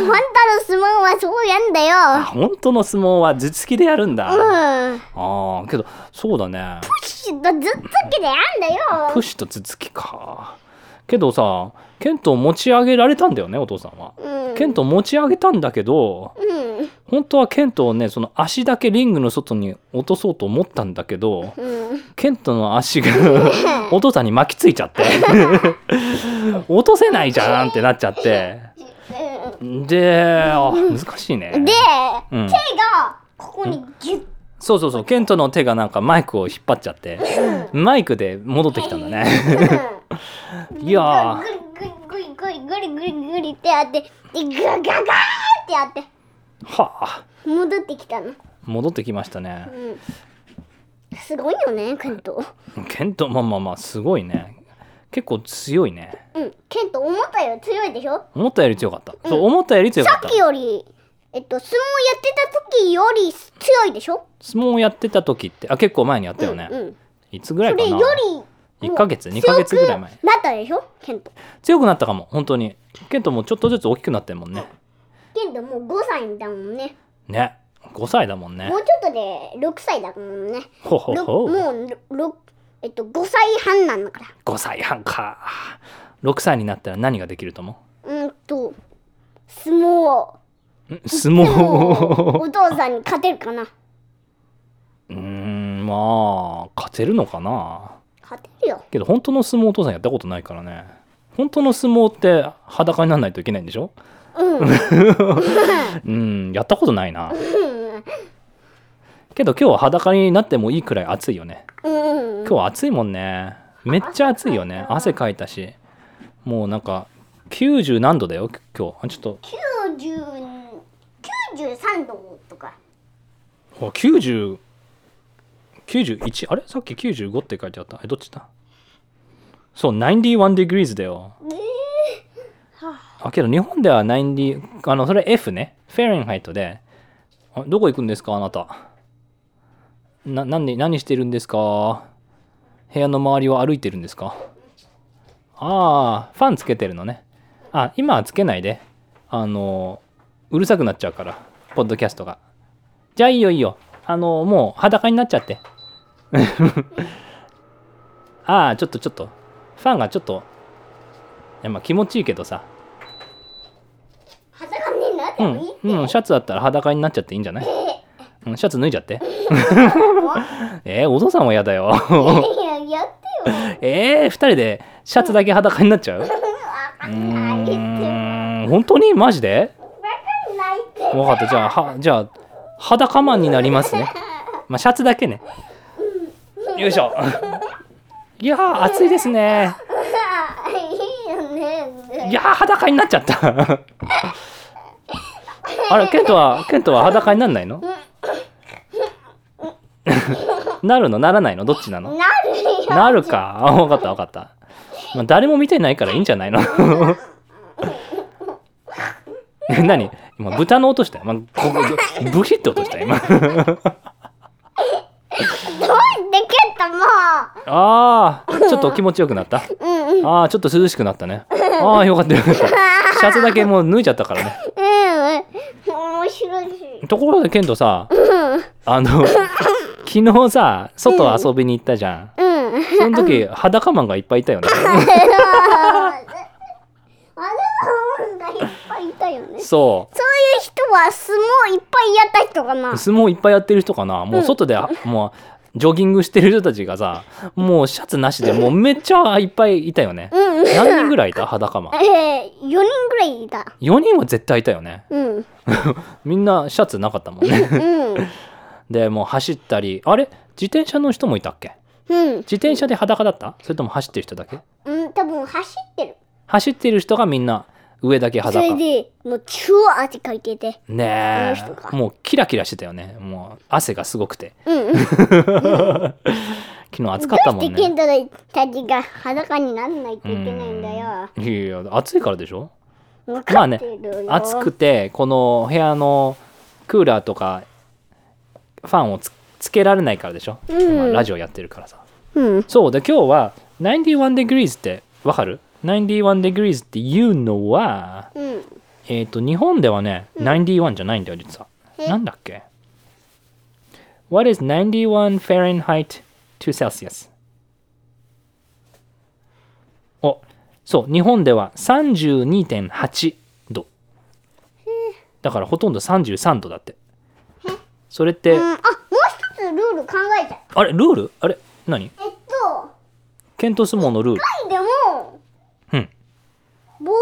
[SPEAKER 1] はそうやんだよ。
[SPEAKER 2] 本当の相撲は頭突きでやるんだ、あ
[SPEAKER 1] うん。
[SPEAKER 2] あけどそうだね
[SPEAKER 1] ずっとずっとけでやんだよ。
[SPEAKER 2] プッシュと頭突きかけどさケントを持ち上げられたんだよねお父さんは、
[SPEAKER 1] うん。
[SPEAKER 2] ケントを持ち上げたんだけど
[SPEAKER 1] うん。
[SPEAKER 2] 本当はケントをねその足だけリングの外に落とそうと思ったんだけど、
[SPEAKER 1] うん。
[SPEAKER 2] ケントの足がお父さんに巻きついちゃって 落とせないじゃんってなっちゃってであ難しいね
[SPEAKER 1] で、
[SPEAKER 2] うん、
[SPEAKER 1] 手がここにギュッ。
[SPEAKER 2] そうそうそうケントの手がなんかマイクを引っ張っちゃってマイクで戻ってきたんだねいやー
[SPEAKER 1] グリグリグリグリグリグリグリってやって、でガガガーってやって
[SPEAKER 2] はあ
[SPEAKER 1] 戻ってきたの。
[SPEAKER 2] 戻ってきましたね
[SPEAKER 1] うん。すごいよね、ケント。
[SPEAKER 2] ケントまあまあまあすごいね結構強いね
[SPEAKER 1] うん。ケント思ったより強いでしょ。
[SPEAKER 2] 思ったより強かったそう思ったより強か
[SPEAKER 1] さ
[SPEAKER 2] った
[SPEAKER 1] っきより、えっと相撲やってた時より強いでしょ。
[SPEAKER 2] 相撲やってた時ってあ結構前にやったよね、
[SPEAKER 1] うん。
[SPEAKER 2] いつぐらい
[SPEAKER 1] そ
[SPEAKER 2] かな
[SPEAKER 1] れより
[SPEAKER 2] 1ヶ月2ヶ月ぐらい前
[SPEAKER 1] 強くなったでしょケント
[SPEAKER 2] 強くなったかも本当にケントもちょっとずつ大きくなってるもんね
[SPEAKER 1] ケントもう5歳だもんね
[SPEAKER 2] ね5歳だもんね
[SPEAKER 1] もうちょっとで6歳だもんね
[SPEAKER 2] ほほ
[SPEAKER 1] ろ
[SPEAKER 2] ほ
[SPEAKER 1] もうろえっと5歳半なんだか
[SPEAKER 2] 5歳半か6歳になったら何ができると思
[SPEAKER 1] らうんと相撲
[SPEAKER 2] うん相撲
[SPEAKER 1] お父さんに勝てるかな
[SPEAKER 2] うーんまあ勝てるのかな
[SPEAKER 1] 勝てるよ
[SPEAKER 2] けど本当の相撲お父さんやったことないからね本当の相撲って裸にならないといけないんでしょ
[SPEAKER 1] うんうん
[SPEAKER 2] うんやったことないなけど今日は裸になってもいいくらい暑いよね
[SPEAKER 1] うん
[SPEAKER 2] 今日暑いもんねめっちゃ暑いよね汗かいたしもうなんか90何度だよ今日あちょっと
[SPEAKER 1] 90 93度とか
[SPEAKER 2] あ90 91あれさっき95って書いてあったえどっちだそう91 degrees だよあけど日本では90あのそれ F ねフェレンハイトであどこ行くんですかあなたな何何してるんですか部屋の周りを歩いてるんですかああファンつけてるのねあ今はつけないであのうるさくなっちゃうからポッドキャストがじゃあいいよいいよ。あの、もう裸になっちゃって。ああ、ちょっとちょっと。ファンがちょっと、いやまあ気持ちいいけどさ。
[SPEAKER 1] 裸になって
[SPEAKER 2] う
[SPEAKER 1] もいい
[SPEAKER 2] ん、うん、シャツだったら裸になっちゃっていいんじゃないうんシャツ脱いじゃって。
[SPEAKER 1] い
[SPEAKER 2] えー、お父さんは嫌だよ。
[SPEAKER 1] ややってよ。
[SPEAKER 2] えー、二人でシャツだけ裸になっちゃう
[SPEAKER 1] わか
[SPEAKER 2] うー
[SPEAKER 1] んないって。
[SPEAKER 2] ん本当にマジで
[SPEAKER 1] わかんないって。
[SPEAKER 2] 分かったじゃあはじゃあ裸マンになりますねまあシャツだけねよいしょ いやー暑いですね
[SPEAKER 1] いいよね。
[SPEAKER 2] いやー裸になっちゃった あれケントはケントは裸になんないの なるのならないのどっちなの
[SPEAKER 1] なるよ。
[SPEAKER 2] なるか。あ、わかったわかった。まあ、誰も見てないからいいんじゃないの 何今、豚の音したよ。まあ、ここブヒって音したよ今。
[SPEAKER 1] どうでけたも
[SPEAKER 2] ああ、ちょっと気持ちよくな った。
[SPEAKER 1] う。うんうん。うん、
[SPEAKER 2] ああ、ちょっと涼しくなったね。ああ、よかったよ かった。シャツだけもう脱いちゃったからね。
[SPEAKER 1] 面白いし。
[SPEAKER 2] ところで、ケントさ、あの、昨日さ、外遊びに行ったじゃん。
[SPEAKER 1] うん。うん。
[SPEAKER 2] その時、裸マンがいっぱいいたよね。
[SPEAKER 1] あれがいっぱいいたよね。
[SPEAKER 2] そう。
[SPEAKER 1] そういう人は相撲いっぱいやった人かな。
[SPEAKER 2] 相撲いっぱいやってる人かなもう外で、もうジョギングしてる人たちがさもうシャツなしでもうめっちゃいっぱいいたよね、
[SPEAKER 1] うん。
[SPEAKER 2] 何人ぐらいいた裸マン
[SPEAKER 1] えー、四人ぐらいいた。
[SPEAKER 2] 4人は絶対いたよね
[SPEAKER 1] うん。
[SPEAKER 2] みんなシャツなかったもんね
[SPEAKER 1] うん。
[SPEAKER 2] でもう走ったりあれ自転車の人もいたっけ
[SPEAKER 1] うん。
[SPEAKER 2] 自転車で裸だったそれとも走ってる人だけ
[SPEAKER 1] うん、多分走ってる。
[SPEAKER 2] 走ってる人がみんな上だけ
[SPEAKER 1] それ
[SPEAKER 2] 裸ね
[SPEAKER 1] で、もう超汗かいてて。
[SPEAKER 2] え
[SPEAKER 1] この人か
[SPEAKER 2] もうキラキラしてたよねもう汗がすごくて
[SPEAKER 1] うん うん。
[SPEAKER 2] 昨日暑
[SPEAKER 1] ど
[SPEAKER 2] かった
[SPEAKER 1] う
[SPEAKER 2] も
[SPEAKER 1] し
[SPEAKER 2] ん
[SPEAKER 1] てケ
[SPEAKER 2] ね
[SPEAKER 1] ントたちが裸にならないといけないんだよ。
[SPEAKER 2] うんいやいや暑いからでしょ
[SPEAKER 1] わ
[SPEAKER 2] ま
[SPEAKER 1] か
[SPEAKER 2] あ
[SPEAKER 1] っ
[SPEAKER 2] ね
[SPEAKER 1] てるよ。
[SPEAKER 2] 暑くてこの部屋のクーラーとかファンをつつけられないからでしょ、
[SPEAKER 1] うん
[SPEAKER 2] まあラジオやってるからさ
[SPEAKER 1] うん。
[SPEAKER 2] そうで今日は 91degrees ってわかる ?91degrees っていうのは
[SPEAKER 1] うん。
[SPEAKER 2] えっ、と日本ではね91じゃないんだよ実は、
[SPEAKER 1] え
[SPEAKER 2] なんだっけ ?What is 91 Fahrenheit to Celsius? おそう日本では32.8度だからほとんど33度だってそれって
[SPEAKER 1] うん、あもう一つルール考えた
[SPEAKER 2] あれルールあれ何
[SPEAKER 1] えっと
[SPEAKER 2] 剣と相撲のルール
[SPEAKER 1] でも
[SPEAKER 2] うん
[SPEAKER 1] ボール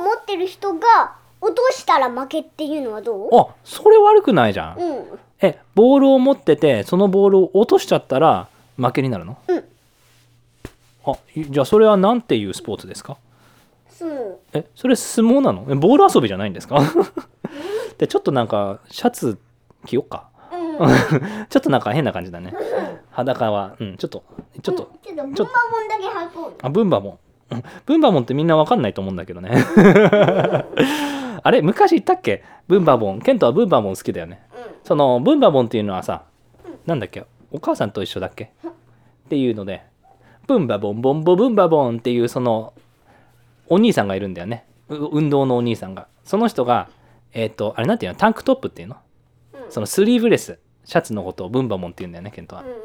[SPEAKER 1] を持ってる人が落としたら負けっていうのはどう
[SPEAKER 2] あそれ悪くないじゃん
[SPEAKER 1] うん
[SPEAKER 2] えボールを持っててそのボールを落としちゃったら負けになるの
[SPEAKER 1] うん
[SPEAKER 2] あいじゃあそれは何ていうスポーツですか
[SPEAKER 1] そう
[SPEAKER 2] えそれ相撲なのえボール遊びじゃないんで すかでちょっとなんかシャツ着よっか
[SPEAKER 1] うん
[SPEAKER 2] ちょっとなんか変な感じだね裸はうんちょっとちょっと
[SPEAKER 1] ちょっとボンバー
[SPEAKER 2] ちょ
[SPEAKER 1] ボ
[SPEAKER 2] っと
[SPEAKER 1] ンだけ履こうよ
[SPEAKER 2] あブンバモンうん ブンバモンってみんなわかんないと思うんだけどね あれ昔言ったっけブンバモンケントはブンバモン好きだよねそのブンバボンっていうのはさなんだっけお母さんと一緒だっけっていうのでブンバボンボンボブンバボンっていうそのお兄さんがいるんだよねう運動のお兄さんがその人がえっ、とあれなんていうのタンクトップっていうの
[SPEAKER 1] うん
[SPEAKER 2] そのスリーブレスシャツのことをブンバボンっていうんだよねケントは
[SPEAKER 1] うんうん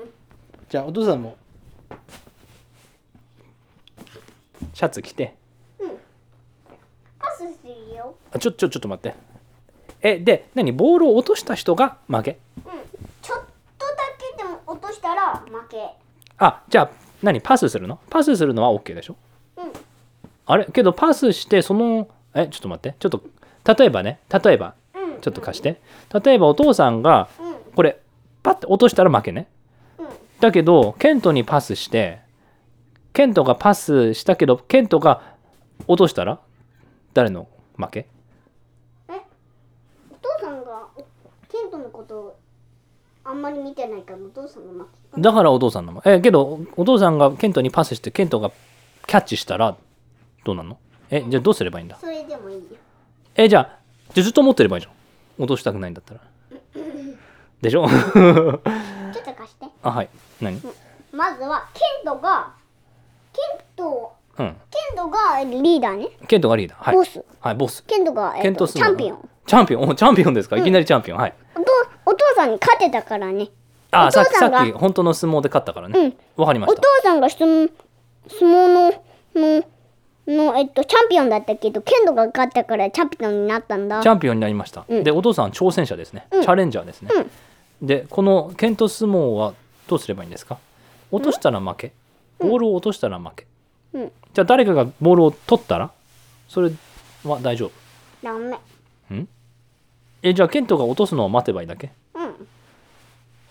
[SPEAKER 2] じゃあお父さんもシャツ着て
[SPEAKER 1] パスするよ
[SPEAKER 2] あちょちょちょっと待ってえで何ボールを落とした人が負け
[SPEAKER 1] うんちょっとだけでも落としたら負け
[SPEAKER 2] あじゃあ何パスするのパスするのは OK でしょ
[SPEAKER 1] うん
[SPEAKER 2] あれけどパスしてそのえちょっと待ってちょっと例えばね例えば
[SPEAKER 1] うん
[SPEAKER 2] ちょっと貸して例えばお父さんが
[SPEAKER 1] うん
[SPEAKER 2] これパッて落としたら負けね
[SPEAKER 1] うん
[SPEAKER 2] だけどケントにパスしてケントがパスしたけどケントが落としたら誰の負け
[SPEAKER 1] お父さんがケントのことをあんまり見てないからお父さんが負け
[SPEAKER 2] だからお父さんのもえけどお父さんがケントにパスしてケントがキャッチしたらどうなのえじゃあどうすればいいんだ
[SPEAKER 1] それでもいいよ
[SPEAKER 2] えじゃあじゃあずっと持ってればいいじゃん落としたくないんだったらでしょ
[SPEAKER 1] ちょっと貸して
[SPEAKER 2] あはい何
[SPEAKER 1] まずはケントがケント
[SPEAKER 2] うん
[SPEAKER 1] ケントがリーダーね、
[SPEAKER 2] ケントがリーダーはい
[SPEAKER 1] ボス
[SPEAKER 2] はいボス
[SPEAKER 1] ケントが、えっと
[SPEAKER 2] ケントス
[SPEAKER 1] チ
[SPEAKER 2] ノー
[SPEAKER 1] ャンピオン
[SPEAKER 2] チャンピオンおチャンピオンですかいきなりチャンピオンはい
[SPEAKER 1] お父お父さんに勝てたからね
[SPEAKER 2] あ
[SPEAKER 1] お
[SPEAKER 2] さ
[SPEAKER 1] 父
[SPEAKER 2] っき
[SPEAKER 1] さ
[SPEAKER 2] さ
[SPEAKER 1] んが
[SPEAKER 2] っき本当の相撲で勝ったからねわかりま
[SPEAKER 1] お
[SPEAKER 2] し
[SPEAKER 1] 父
[SPEAKER 2] た
[SPEAKER 1] さんが相撲相撲ののの、えっと、チャンピオンだったけどケントが勝ったからチャンピオンになったんだ
[SPEAKER 2] チャンピオンになりました
[SPEAKER 1] うん
[SPEAKER 2] でお父さんは挑戦者ですねチャレンジャーですねでこの剣と相撲はどうすればいいんですか落としたら負けボールを落としたら負け、
[SPEAKER 1] うん
[SPEAKER 2] じゃあ誰かがボールを取ったらそれは大丈夫
[SPEAKER 1] ダメ
[SPEAKER 2] んえじゃあ剣とが落とすのを待てばいいだけ
[SPEAKER 1] うん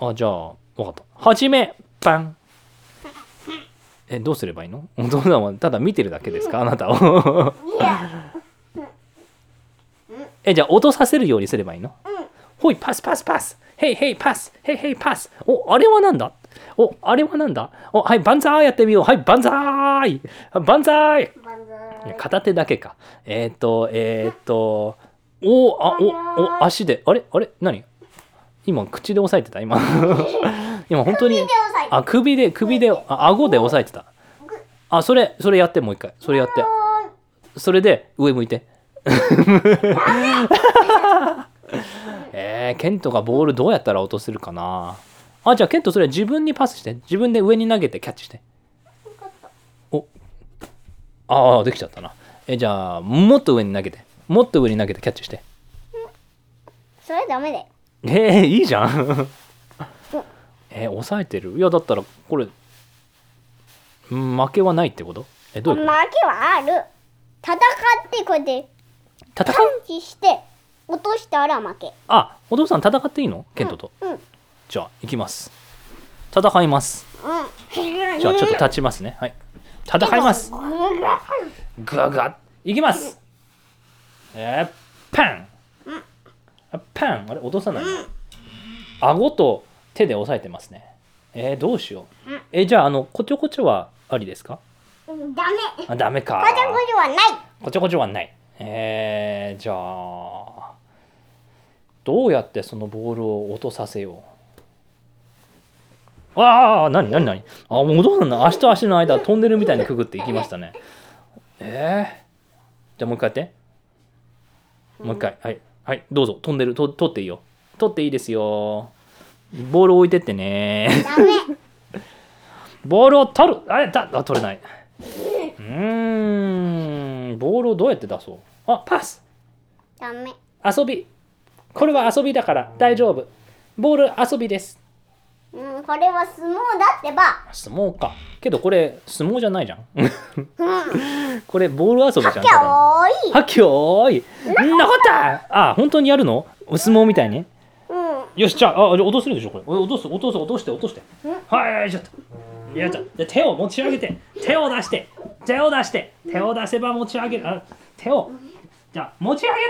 [SPEAKER 2] あじゃあわかった始めパンえどうすればいいのお父さんはただ見てるだけですかあなたを
[SPEAKER 1] いや
[SPEAKER 2] えじゃあ落とさせるようにすればいいの
[SPEAKER 1] うん
[SPEAKER 2] ほい、パスパスパス。ヘイヘイパス。ヘイヘイパス。お、あれはなんだお、あれはなんだお、はい、バンザーやってみよう。はい、バンザーイバンザーイ
[SPEAKER 1] バンザ
[SPEAKER 2] いや
[SPEAKER 1] ー
[SPEAKER 2] 片手だけか。えーっと、えーっと、お、あ、お、お、足で。あれあれ何今、口で押さえてた今。今、本当に。あ、首で、首で、あ、顎で押さえてた。あ、それ、それやって、もう一回。それやって。それで上向いて。 えー、ケントがボールどうやったら落とせるかなあじゃあケントそれ自分にパスして自分で上に投げてキャッチしておああできちゃったなえじゃあもっと上に投げてもっと上に投げてキャッチして
[SPEAKER 1] それダメだよ
[SPEAKER 2] えー、いいじゃんえー、抑えてるいやだったらこれうん負けはないってことえどう
[SPEAKER 1] 負
[SPEAKER 2] い
[SPEAKER 1] け
[SPEAKER 2] うこ
[SPEAKER 1] はある戦ってこうやって
[SPEAKER 2] と
[SPEAKER 1] パ
[SPEAKER 2] 戦う
[SPEAKER 1] ンチして落としたら負け
[SPEAKER 2] あお父さん戦っていいのケントと、
[SPEAKER 1] うんうん
[SPEAKER 2] じゃあ行きます戦いますじ
[SPEAKER 1] じ
[SPEAKER 2] ゃあちょっと立ちますねはい戦いますグワグワ行きますえー、パンあパンあれ落とさないの顎と手で押さえてますねえー、どうしようえーじゃああのこちょこちょはありですか
[SPEAKER 1] ダメこ
[SPEAKER 2] あダメか
[SPEAKER 1] ちゃこちゃはない
[SPEAKER 2] こちょこちょはないえー、じゃあどうやってそのボールを落とさせようああ何何何あもうどうなんだ足と足の間トンネルみたいにくぐっていきましたねえー、じゃあもう一回やってもう一回はいはいどうぞトンネルと取っていいよ取っていいですよボール置いてってね
[SPEAKER 1] ダメ
[SPEAKER 2] ボールを取るあれだあ取れないうーんボールをどうやって出そうあパス
[SPEAKER 1] ダメ
[SPEAKER 2] 遊びこれは遊びだから大丈夫ボール遊びです
[SPEAKER 1] うんこれは相撲だってば
[SPEAKER 2] 相撲かけどこれ相撲じゃないじゃん
[SPEAKER 1] うん
[SPEAKER 2] これボール遊びじゃんた
[SPEAKER 1] きゃ
[SPEAKER 2] だの
[SPEAKER 1] おい
[SPEAKER 2] はっきょーいんなこったあ本当にやるのお相撲みたいに
[SPEAKER 1] うん
[SPEAKER 2] よしじゃああじゃあ落とせるでしょこれお落とす落とす落として落としてはいちょっとやったで手を持ち上げて手を出して手を出して手を出せば持ち上げるあ手をじゃあ持ち上げる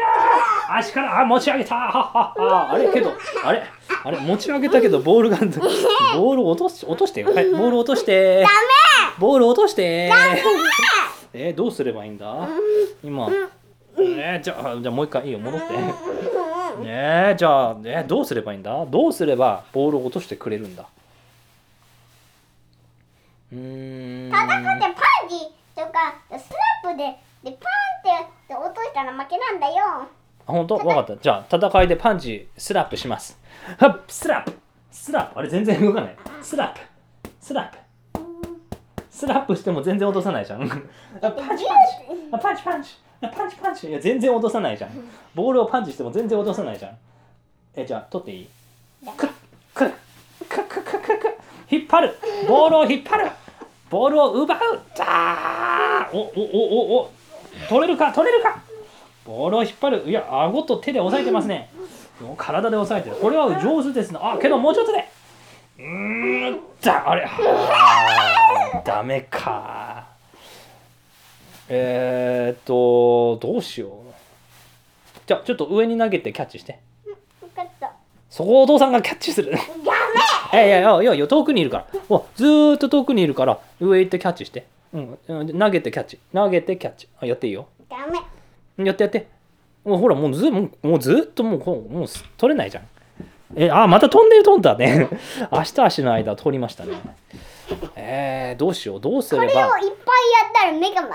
[SPEAKER 2] 足からあ持ち上げたはっはっはあれけどあれあれ持ち上げたけどボールがボール落とし落としてはいボール落としてダメボール落としてえーどうすればいいんだ今えーじゃあじゃあもう一回いいよ戻ってねえじゃあ、ね、どうすればいいんだどうすればボールを落としてくれるんだうーん
[SPEAKER 1] 戦ってパンチとかスラップででパンって落としたら負けなんだよ
[SPEAKER 2] あ本当わかったじゃあ戦いでパンチスラップしますはっスラップスラップあれ全然動かないスラップスラップスラップしても全然落とさないじゃんあパンチあパンチパンチあパンチパンチいや全然落とさないじゃんボールをパンチしても全然落とさないじゃんえじゃあ取っていいクックックックックックックッ引っ張るボールを引っ張るボールを奪うダーおおおおお取れるか取れるかボールを引っ張るいや顎と手で押さえてますねもう体で押さえてるこれは上手ですねあけどもうちょっとでうーんだあれあーダメかえー、っとどうしようじゃあちょっと上に投げてキャッチして
[SPEAKER 1] 分かった
[SPEAKER 2] そこをお父さんがキャッチする
[SPEAKER 1] ダメ
[SPEAKER 2] いやいやいやいやいや遠くにいるからおずーっと遠くにいるから上行ってキャッチして、うんうん、投げてキャッチ投げてキャッチあやっていいよ
[SPEAKER 1] ダメ
[SPEAKER 2] やってやって。もうほら、もうずもうもうずっともうこう、もうす取れないじゃん。え、あ、また飛んでる飛ん だね。足と足の間通りましたね。えー、どうしよう、どうす
[SPEAKER 1] こ
[SPEAKER 2] れ
[SPEAKER 1] れをいっぱ
[SPEAKER 2] ば
[SPEAKER 1] い、やったら目が回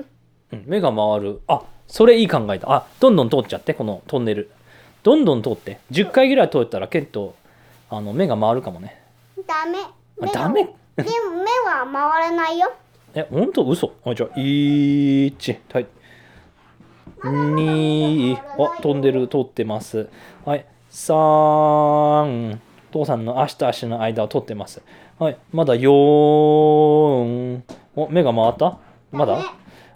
[SPEAKER 1] る
[SPEAKER 2] うん、目が回る。あ、それいい考えだ。あ、どんどん通っちゃって、このトンネル。どんどん通って。10回ぐらい通ったら、ケント、あの、目が回るかもね。
[SPEAKER 1] ダメ
[SPEAKER 2] あ
[SPEAKER 1] 目が
[SPEAKER 2] ダメ
[SPEAKER 1] でも目は回らないよ
[SPEAKER 2] え、ほんと嘘。あ、じゃあ、1、はい。2、あ、飛んでる、通ってます。はい。さーん。父さんの足と足の間を取ってます。はい。まだよーん。お、目が回ったまだ
[SPEAKER 1] ね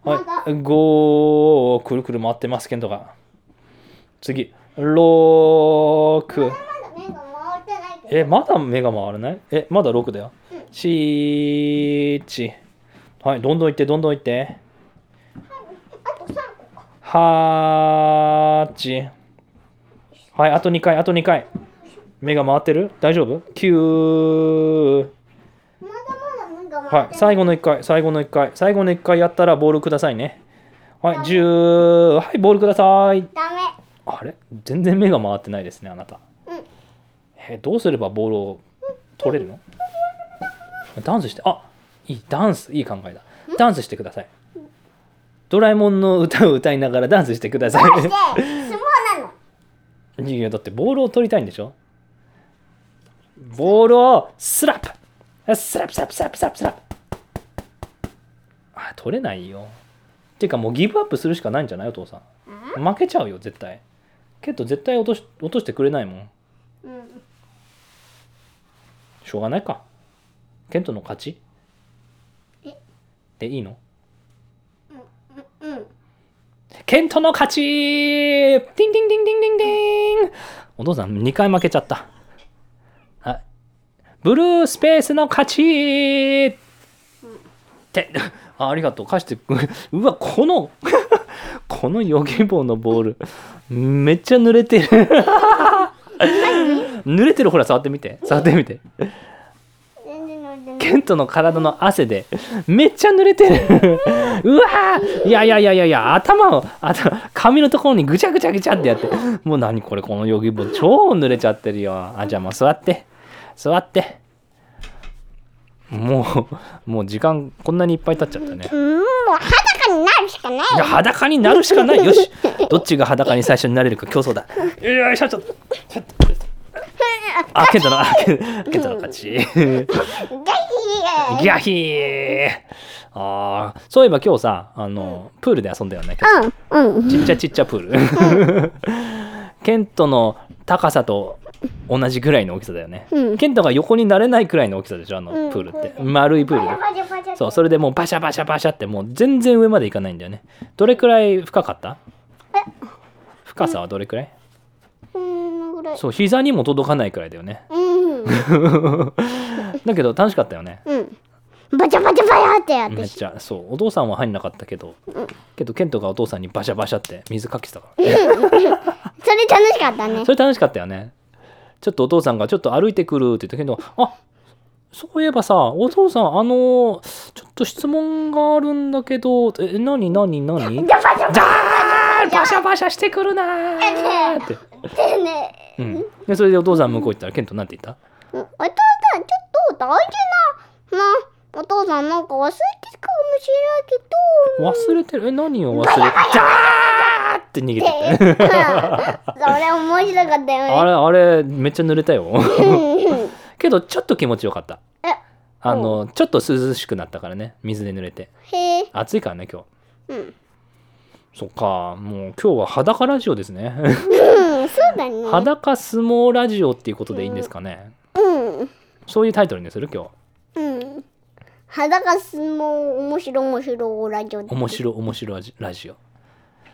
[SPEAKER 1] まだ
[SPEAKER 2] はい。ごー、くるくる回ってますけんとか。次。ろーく。
[SPEAKER 1] まだ目が回ってないけど。
[SPEAKER 2] え、まだ目が回らないえ、まだ6だよ。しーち。はい、どんどんいって、どんどんいって。
[SPEAKER 1] あと三個か。
[SPEAKER 2] はーち。はい、あと2回、あと2回。目が回ってる大丈夫 ?9。
[SPEAKER 1] まだまだ目が回
[SPEAKER 2] は
[SPEAKER 1] っ
[SPEAKER 2] い、
[SPEAKER 1] てない。
[SPEAKER 2] 最後の1回、最後の1回、最後の1回やったらボールくださいね。はい、10。はい、ボールください。
[SPEAKER 1] ダメ。
[SPEAKER 2] あれ全然目が回ってないですね、あなた。
[SPEAKER 1] うん。
[SPEAKER 2] えどうすればボールを取れるのダンスしてあいいダンスいい考えだダンスしてくださいドラえもんの歌を歌いながらダンスしてください
[SPEAKER 1] で、相撲なの。
[SPEAKER 2] いやだってボールを取りたいんでしょボールをスラップスラップスラップスラップスラップスラップあ取れないよていうかもうギブアップするしかないんじゃないお父さん負けちゃうよ絶対けど絶対落とし落としてくれないもん
[SPEAKER 1] うん。
[SPEAKER 2] しょうがないか。ケントの勝ち
[SPEAKER 1] え
[SPEAKER 2] でいいの
[SPEAKER 1] うん。うん。
[SPEAKER 2] ケントの勝ちディンディンディンディンディンディンお父さん2回負けちゃった。はい。ブルースペースの勝ちって、あありがとう。貸してく。うわ、この、 このヨギ棒のボール、めっちゃ濡れてる。濡れてるほら、触ってみて。触ってみて。
[SPEAKER 1] 全然乗 ってない。
[SPEAKER 2] ケントの体の汗でめっちゃ濡れてる うわーいやいやいやいやいや頭を頭髪のところにぐちゃぐちゃぐちゃってやってもう何これこのヨギボー超濡れちゃってるよあじゃあもう座って座ってもうもう時間こんなにいっぱい経っちゃったね
[SPEAKER 1] うん、もう裸になるしかない。
[SPEAKER 2] いや裸になるしかないよしどっちが裸に最初になれるか競争だよいしょちょっとちょっとあケントのあケントの勝ち
[SPEAKER 1] ぜひ。
[SPEAKER 2] ギャヒーあーそういえば今日さあの、プールで遊んだよね
[SPEAKER 1] うん、うん。
[SPEAKER 2] ちっちゃちっちゃプール ケントの高さと同じぐらいの大きさだよね、
[SPEAKER 1] うん
[SPEAKER 2] ケントが横になれないくらいの大きさでしょあ
[SPEAKER 1] う
[SPEAKER 2] の
[SPEAKER 1] ん
[SPEAKER 2] プールって、丸いプールで
[SPEAKER 1] パチャパチャ
[SPEAKER 2] そうそれでもうバシャバシャバシャってもう全然上までいかないんだよねどれくらい深かった深さはどれくらい、
[SPEAKER 1] うーん、ぐらい。
[SPEAKER 2] そう膝にも届かないくらいだよね
[SPEAKER 1] うん。
[SPEAKER 2] だけど楽しかったよね
[SPEAKER 1] うん。バチャバチャバチャってやっ
[SPEAKER 2] め
[SPEAKER 1] て
[SPEAKER 2] っ
[SPEAKER 1] し。
[SPEAKER 2] ちゃそうお父さんは入んなかったけど、けどケントがお父さんにバシャバシャって水かけてたから
[SPEAKER 1] それ楽しかったね
[SPEAKER 2] そ。れ楽しかったよねちょっとお父さんが「ちょっと歩いてくる」って言ったけど「あそういえばさお父さんあのちょっと質問があるんだけどえ何 何何
[SPEAKER 1] じゃバチャバ
[SPEAKER 2] ザーバシャバシャしてくるなー」っ
[SPEAKER 1] チ
[SPEAKER 2] て、
[SPEAKER 1] ャってね。
[SPEAKER 2] うん、でそれでお父さん向こう行ったらケントなんて言った
[SPEAKER 1] お父さん、ちょっと大事な、な、お父さんなんか忘れてるかもし
[SPEAKER 2] 忘れてるえ何を忘れてるザーって逃げてった
[SPEAKER 1] れないけ ど。それ面白かった
[SPEAKER 2] あ
[SPEAKER 1] よね。
[SPEAKER 2] れあれめっちゃ濡れたよ
[SPEAKER 1] うん うん
[SPEAKER 2] けどちょっと気持ちよかった
[SPEAKER 1] え、
[SPEAKER 2] あのちょっと涼しくなったからね水で濡れて
[SPEAKER 1] へえ。
[SPEAKER 2] 暑いからね今
[SPEAKER 1] う
[SPEAKER 2] 日
[SPEAKER 1] ん。
[SPEAKER 2] そっかもう今日は裸ラジオですね
[SPEAKER 1] うん、そうだね。
[SPEAKER 2] 裸相撲ラジオっていうことでいいんですかね
[SPEAKER 1] うん。
[SPEAKER 2] そういうタイトルにする今日
[SPEAKER 1] うん。裸相撲面白面白ラジオ。
[SPEAKER 2] 面白面白ラジオ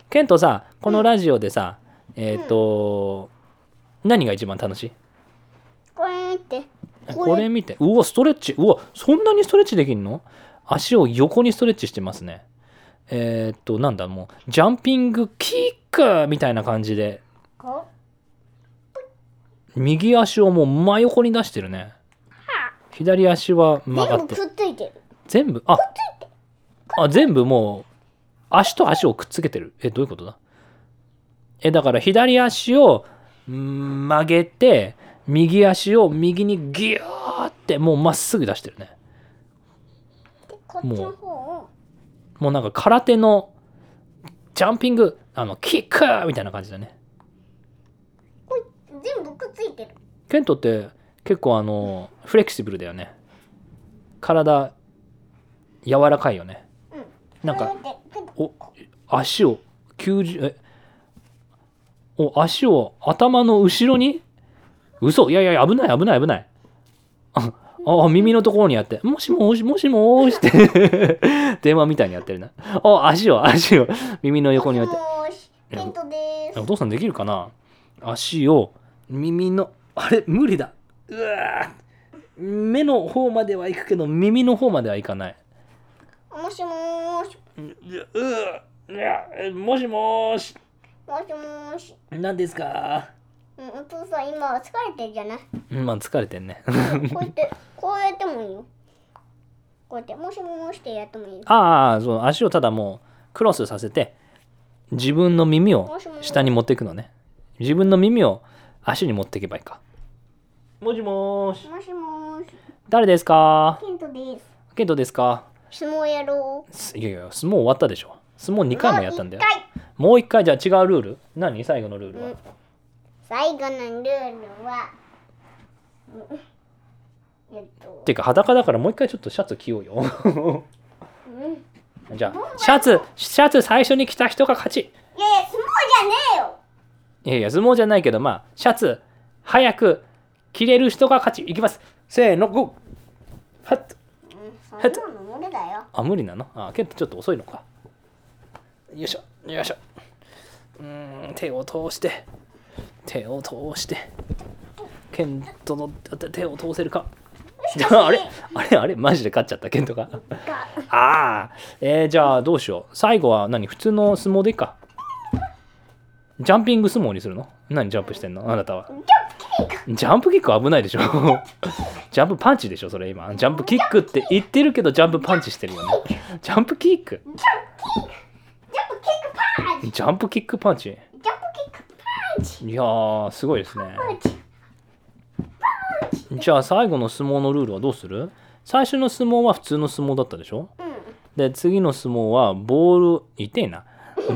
[SPEAKER 2] ケントさこのラジオでさ、えっ、と、何が一番楽しい
[SPEAKER 1] これって。
[SPEAKER 2] これ見てうわストレッチうわそんなにストレッチできんの足を横にストレッチしてますねえーっとなんだもうジャンピングキックみたいな感じで
[SPEAKER 1] こ
[SPEAKER 2] 右足をもう真横に出してるね左足は曲が
[SPEAKER 1] 全部
[SPEAKER 2] って
[SPEAKER 1] くっついてる。
[SPEAKER 2] 全部ああ全部もう足と足をくっつけてるえどういうことだえだから左足をん曲げて右足を右にギューってもうまっすぐ出してるね
[SPEAKER 1] でこっちの方を。
[SPEAKER 2] もうなんか空手のジャンピングあのキックみたいな感じだね
[SPEAKER 1] これ全部くっついてる。
[SPEAKER 2] ケントって結構あのフレキシブルだよね体柔らかいよね
[SPEAKER 1] うん。
[SPEAKER 2] なんか
[SPEAKER 1] こうやってくっ
[SPEAKER 2] お足を90えお足を頭の後ろに嘘いやいや危ない危ない危ないああ耳のところにあって「もしもしもしもし」って 電話みたいにやってるなお足を足を耳の横に置いて
[SPEAKER 1] もしもし、ケントで
[SPEAKER 2] お
[SPEAKER 1] す。
[SPEAKER 2] 父さんできるかな足を耳のあれ無理だうわー目の方までは行くけど耳の方まではいかない
[SPEAKER 1] もしもし、
[SPEAKER 2] ううわいやえもしもーし
[SPEAKER 1] もしもし。
[SPEAKER 2] 何ですか
[SPEAKER 1] うんお父さん今疲れてるじゃ ないこ
[SPEAKER 2] うんまあ疲れてんね
[SPEAKER 1] うやって、こうやってもいいよ。こうやって、もしもしってやってもいいよ。
[SPEAKER 2] ああそう足をただもうクロスさせて自分の耳を
[SPEAKER 1] もしもし
[SPEAKER 2] 下に持っていくのね自分の耳を足に持っていけばいいかもしもーし
[SPEAKER 1] もしもし、
[SPEAKER 2] 誰ですか
[SPEAKER 1] ケントで
[SPEAKER 2] ケントですか
[SPEAKER 1] す。相撲やろう。
[SPEAKER 2] すいやいや相撲終わったでしょ相撲2回もやったんだよ
[SPEAKER 1] もう一回
[SPEAKER 2] もう1回じゃあ違うルール何最後のルールは、
[SPEAKER 1] うん最後のルールは、うんえっと、
[SPEAKER 2] ていうか裸だからもう1回ちょっとシャツ着ようよ
[SPEAKER 1] うん。いやいや、
[SPEAKER 2] じゃあシャツシャツ最初に着た人が勝ち
[SPEAKER 1] 相撲じゃねえよ
[SPEAKER 2] いやいや、相撲じゃないけど、まあ、シャツ、早く着れる人が勝ち。いきます。せーの、ゴーはっ
[SPEAKER 1] うん、そんなの無理だよ。
[SPEAKER 2] あ、無理なのあ、ケントちょっと遅いのか。よいしょ、よいしょ。うーん、手を通して、手を通して、ケントの手手を通せるか。 あれあれあれマジで勝っちゃった、ケントが。
[SPEAKER 1] が
[SPEAKER 2] ああ、えー、じゃあどうしよう。最後は何普通の相撲でいいか。ジャンピング相撲にするの何ジャンプしてんのあなたは。ジャンプキックは危ないでしょ。 ジャンプパンチでしょ、それ今。ジャンプキックって言ってるけど、ジャンプパンチしてるよね。ジャンプキック
[SPEAKER 1] ジャンプキックジャンプキックパンチ
[SPEAKER 2] ジャンプキックパンチ。
[SPEAKER 1] ジャンプキックパンチ
[SPEAKER 2] いやー、すごいですね。
[SPEAKER 1] パンチ
[SPEAKER 2] じゃあ最後の相撲のルールはどうする最初の相撲は普通の相撲だったでしょ
[SPEAKER 1] う
[SPEAKER 2] で次の相撲はボール痛えな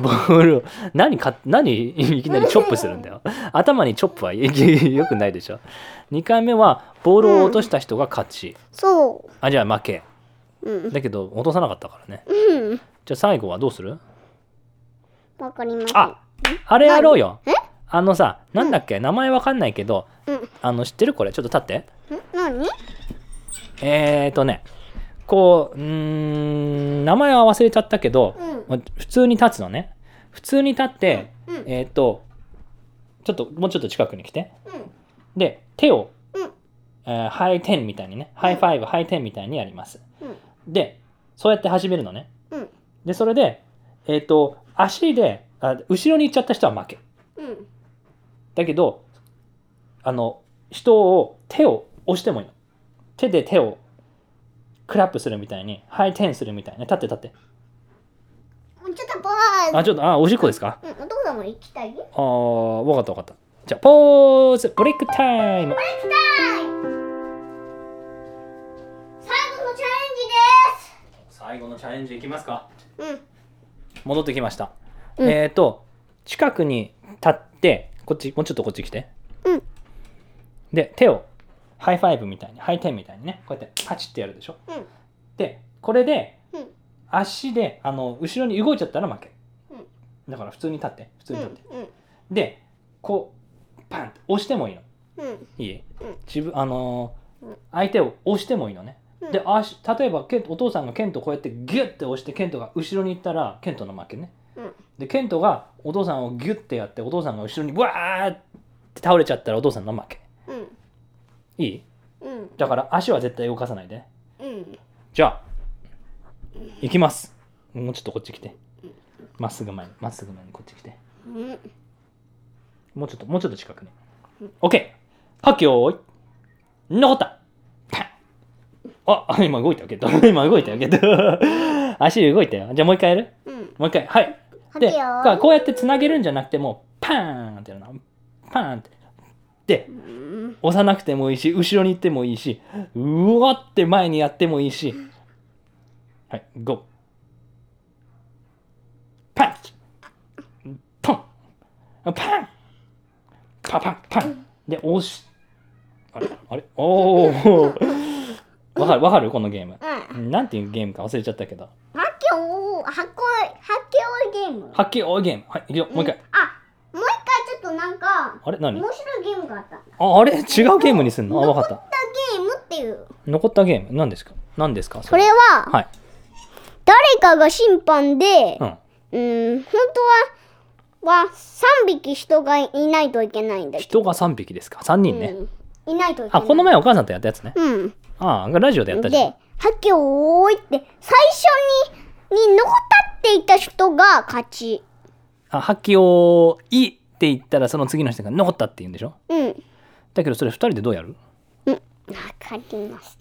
[SPEAKER 2] ボールを何か何いきなりチョップするんだよ頭にチョップは よくないでしょ2回目はボールを落とした人が勝ち、
[SPEAKER 1] そ
[SPEAKER 2] あじゃあ負け
[SPEAKER 1] う。うん。
[SPEAKER 2] だけど落とさなかったからね
[SPEAKER 1] うん。
[SPEAKER 2] じゃあ最後はどうする
[SPEAKER 1] わかりました。
[SPEAKER 2] ああれやろうよ
[SPEAKER 1] え
[SPEAKER 2] あのさなんだっけ名前わかんないけど
[SPEAKER 1] うん。ん
[SPEAKER 2] あの知ってるこれちょっと立って
[SPEAKER 1] 何
[SPEAKER 2] えーとねこううーん名前は忘れちゃったけど、
[SPEAKER 1] う
[SPEAKER 2] まあ普通に立つのね普通に立って、
[SPEAKER 1] うんうん
[SPEAKER 2] えっ、とちょっともうちょっと近くに来て
[SPEAKER 1] うん。
[SPEAKER 2] で手を、
[SPEAKER 1] うん
[SPEAKER 2] えーハイテンみたいにねハイファイブハイテンみたいにやります
[SPEAKER 1] うん。
[SPEAKER 2] でそうやって始めるのね
[SPEAKER 1] うん。
[SPEAKER 2] でそれでえっ、と足であ後ろに行っちゃった人は負け
[SPEAKER 1] うん。
[SPEAKER 2] だけどあの人を手を押してもいいの手で手をクラップするみたいにハイテンするみたいに立って立って
[SPEAKER 1] ちょっとパー
[SPEAKER 2] あちょっとあおしっこですか
[SPEAKER 1] うん、お父さんも行きたい
[SPEAKER 2] あーわかったわかったじゃあポーズブレイクタイ
[SPEAKER 1] 行
[SPEAKER 2] ム
[SPEAKER 1] きたい最後のチ
[SPEAKER 2] 最後のチャレンジいきますか
[SPEAKER 1] ャレンジです
[SPEAKER 2] 戻ってきました、
[SPEAKER 1] うん
[SPEAKER 2] えっ、ー、と近くに立ってこっちもうちょっとこっち来て
[SPEAKER 1] うん
[SPEAKER 2] で手をハイファイブみたいにハイテンみたいにねこうやってパチってやるでしょ
[SPEAKER 1] うん。うん。
[SPEAKER 2] でこれで
[SPEAKER 1] うん。
[SPEAKER 2] 足であの後ろに動いちゃったら負け、
[SPEAKER 1] うん
[SPEAKER 2] だから普通に立って普通
[SPEAKER 1] う
[SPEAKER 2] に
[SPEAKER 1] ん
[SPEAKER 2] 立って、。でこうパンって押してもいいの
[SPEAKER 1] うん。
[SPEAKER 2] いい、
[SPEAKER 1] うん
[SPEAKER 2] 自分あのー
[SPEAKER 1] うん
[SPEAKER 2] 相手を押してもいいのね、
[SPEAKER 1] うん
[SPEAKER 2] で足例えばケンお父さんがケントこうやってギュッて押してケントが後ろに行ったらケントの負けね
[SPEAKER 1] うん。
[SPEAKER 2] でケントがお父さんをギュッてやってお父さんが後ろにわーって倒れちゃったらお父さんの負け
[SPEAKER 1] うん。
[SPEAKER 2] いい
[SPEAKER 1] うん。
[SPEAKER 2] だから足は絶対動かさないでね
[SPEAKER 1] うん。
[SPEAKER 2] じゃあ、行きます。もうちょっとこっち来て。まっすぐ前に、まっすぐ前にこっち来て。
[SPEAKER 1] うん。
[SPEAKER 2] もうちょっと、もうちょっと近くに。OK! はっきよーい残ったパンあ、あ今動いたよ、けど。 今動いたよ、けど。 足動いたよ。じゃあもう一回やる
[SPEAKER 1] うん。
[SPEAKER 2] もう一回。はい。
[SPEAKER 1] はっけ
[SPEAKER 2] で、
[SPEAKER 1] よーい
[SPEAKER 2] こうやってつなげるんじゃなくて、もうパーンってやるの。パーンって。で、
[SPEAKER 1] うん。
[SPEAKER 2] 押さなくてもいいし後ろに行ってもいいしうわって前にやってもいいしはいゴーパンチポンパンパパンパンで押しあれあれおおわかるわかるこのゲーム
[SPEAKER 1] うん。
[SPEAKER 2] なんていうゲームか忘れちゃったけど
[SPEAKER 1] 発狂発行発狂ゲーム
[SPEAKER 2] 発揮多いゲームはいいくよもう一回
[SPEAKER 1] あもう一回ちょっとなんか
[SPEAKER 2] あれ何
[SPEAKER 1] 面白いゲームがあったんだ
[SPEAKER 2] ああれ違うゲームにすんのあ、わかっ
[SPEAKER 1] 残
[SPEAKER 2] た
[SPEAKER 1] っ。たゲームっていう
[SPEAKER 2] 残ったゲーム何ですか何ですかそ
[SPEAKER 1] これは、
[SPEAKER 2] はい。
[SPEAKER 1] 誰かが審判で、
[SPEAKER 2] うん。
[SPEAKER 1] うん、本当は、は3匹人がいないといけないんだけ
[SPEAKER 2] 人が3匹ですか ?3 人
[SPEAKER 1] ど、
[SPEAKER 2] ね。
[SPEAKER 1] うんいないといけな
[SPEAKER 2] あ、
[SPEAKER 1] い。
[SPEAKER 2] この前お母さんとやったやつね。
[SPEAKER 1] うん。
[SPEAKER 2] ああ、ラジオでやったじ
[SPEAKER 1] で、
[SPEAKER 2] ゃん
[SPEAKER 1] は。っきおーいって、最初に、に残ったっていた人が勝ち。
[SPEAKER 2] あ、発揮を、いいって言ったらその次の人が残ったって言うんでしょ
[SPEAKER 1] うん。わ
[SPEAKER 2] だけどそれ2人でどうやる
[SPEAKER 1] かります。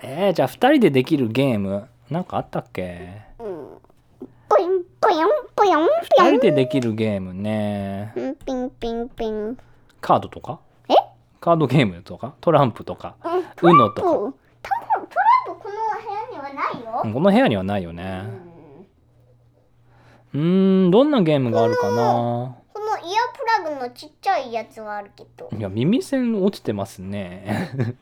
[SPEAKER 2] えー、じゃあ2人でできるゲーム、なんかあったっけ
[SPEAKER 1] ぽよんぽよんぽよんぽよ
[SPEAKER 2] ?2
[SPEAKER 1] ん
[SPEAKER 2] 人。でできるゲームね。
[SPEAKER 1] うんピンピンピン。
[SPEAKER 2] カードとか
[SPEAKER 1] え
[SPEAKER 2] カードゲームとかトランプとか
[SPEAKER 1] うん、トラン
[SPEAKER 2] UNO とか。
[SPEAKER 1] プ。多分トランプこの部屋にはないよ。
[SPEAKER 2] うんこの部屋にはないよね。うーん、どんなゲームがあるかな
[SPEAKER 1] このイヤープラグのちっちゃいやつはあるけど。
[SPEAKER 2] いや、耳栓落ちてますね。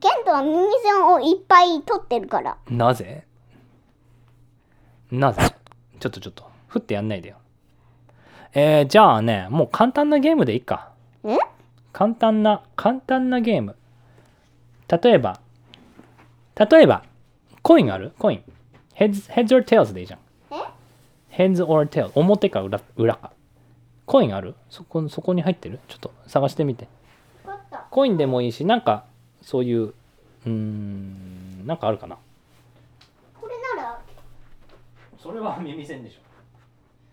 [SPEAKER 1] ケントは耳栓をいっぱい取ってるから。
[SPEAKER 2] なぜなぜちょっとちょっと。ふってやんないでよ。えー、じゃあね、もう簡単なゲームでいいか。
[SPEAKER 1] え
[SPEAKER 2] 簡単な、簡単なゲーム。例えば、例えば、コインあるコイン。heads, heads or tails でいいじゃん。
[SPEAKER 1] え
[SPEAKER 2] heads or tails。表か裏裏か。コインあるそこ、そこに入ってるちょっと探してみて。
[SPEAKER 1] わかった。
[SPEAKER 2] コインでもいいし、なんか、そういう、うーん、なんかあるかな。
[SPEAKER 1] これなら、
[SPEAKER 2] それは耳栓でし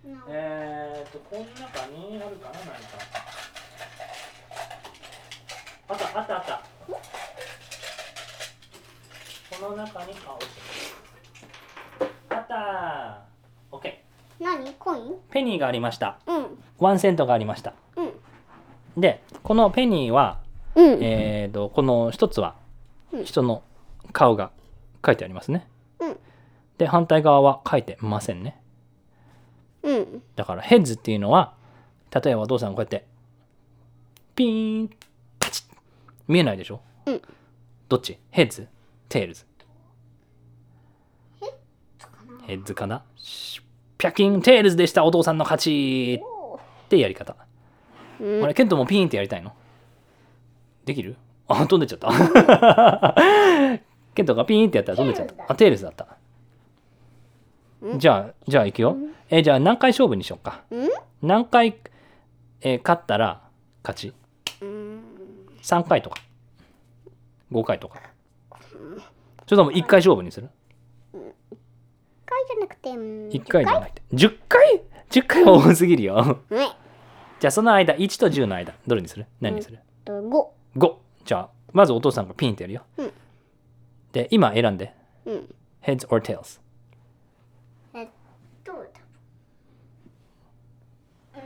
[SPEAKER 2] ょ。
[SPEAKER 1] な
[SPEAKER 2] えー、っと、この中にあるかな、何か。あった、あった、あった。この中に、あ、落ちた。あったー。オッケ
[SPEAKER 1] 何コイン
[SPEAKER 2] ー。ペニーがありました。
[SPEAKER 1] うん。
[SPEAKER 2] ワンセントがありました。
[SPEAKER 1] うん。
[SPEAKER 2] で、このペニーは、
[SPEAKER 1] うん。
[SPEAKER 2] えー、とこの一つは
[SPEAKER 1] うん
[SPEAKER 2] 人の顔が書いてありますね。
[SPEAKER 1] うん
[SPEAKER 2] で反対側は書いてませんね。
[SPEAKER 1] うん。
[SPEAKER 2] だからヘッズっていうのは例えばお父さんがこうやってピーンパチッ見えないでしょ、
[SPEAKER 1] うん
[SPEAKER 2] どっちヘッズテールズヘッズかなシュッピャキンテールズでしたお父さんの勝ち
[SPEAKER 1] お
[SPEAKER 2] ってやり方。
[SPEAKER 1] うん
[SPEAKER 2] あれ、ケントもピーンってやりたいのできるあ、飛んでっちゃった。 ケントがピーンってやったら飛んでっちゃった。あ、テールズだった。じゃあ、じゃあ行くよ。え、じゃあ何回勝負にしようか。
[SPEAKER 1] うん
[SPEAKER 2] 何回、えー勝ったら勝ち。
[SPEAKER 1] うん。
[SPEAKER 2] 3回とか。5回とか。それとも1回勝負にする
[SPEAKER 1] 一回じゃなくて、うん。
[SPEAKER 2] ?1 回じゃなくて。10回 ?10 回は多すぎるよ。
[SPEAKER 1] えっ
[SPEAKER 2] じゃあその間、1と10の間、どれにする何にする
[SPEAKER 1] と、五。
[SPEAKER 2] 5じゃあまずお父さんがピンってやるよ、
[SPEAKER 1] うん
[SPEAKER 2] で今選んで
[SPEAKER 1] うん。
[SPEAKER 2] heads or tails
[SPEAKER 1] えっと、多分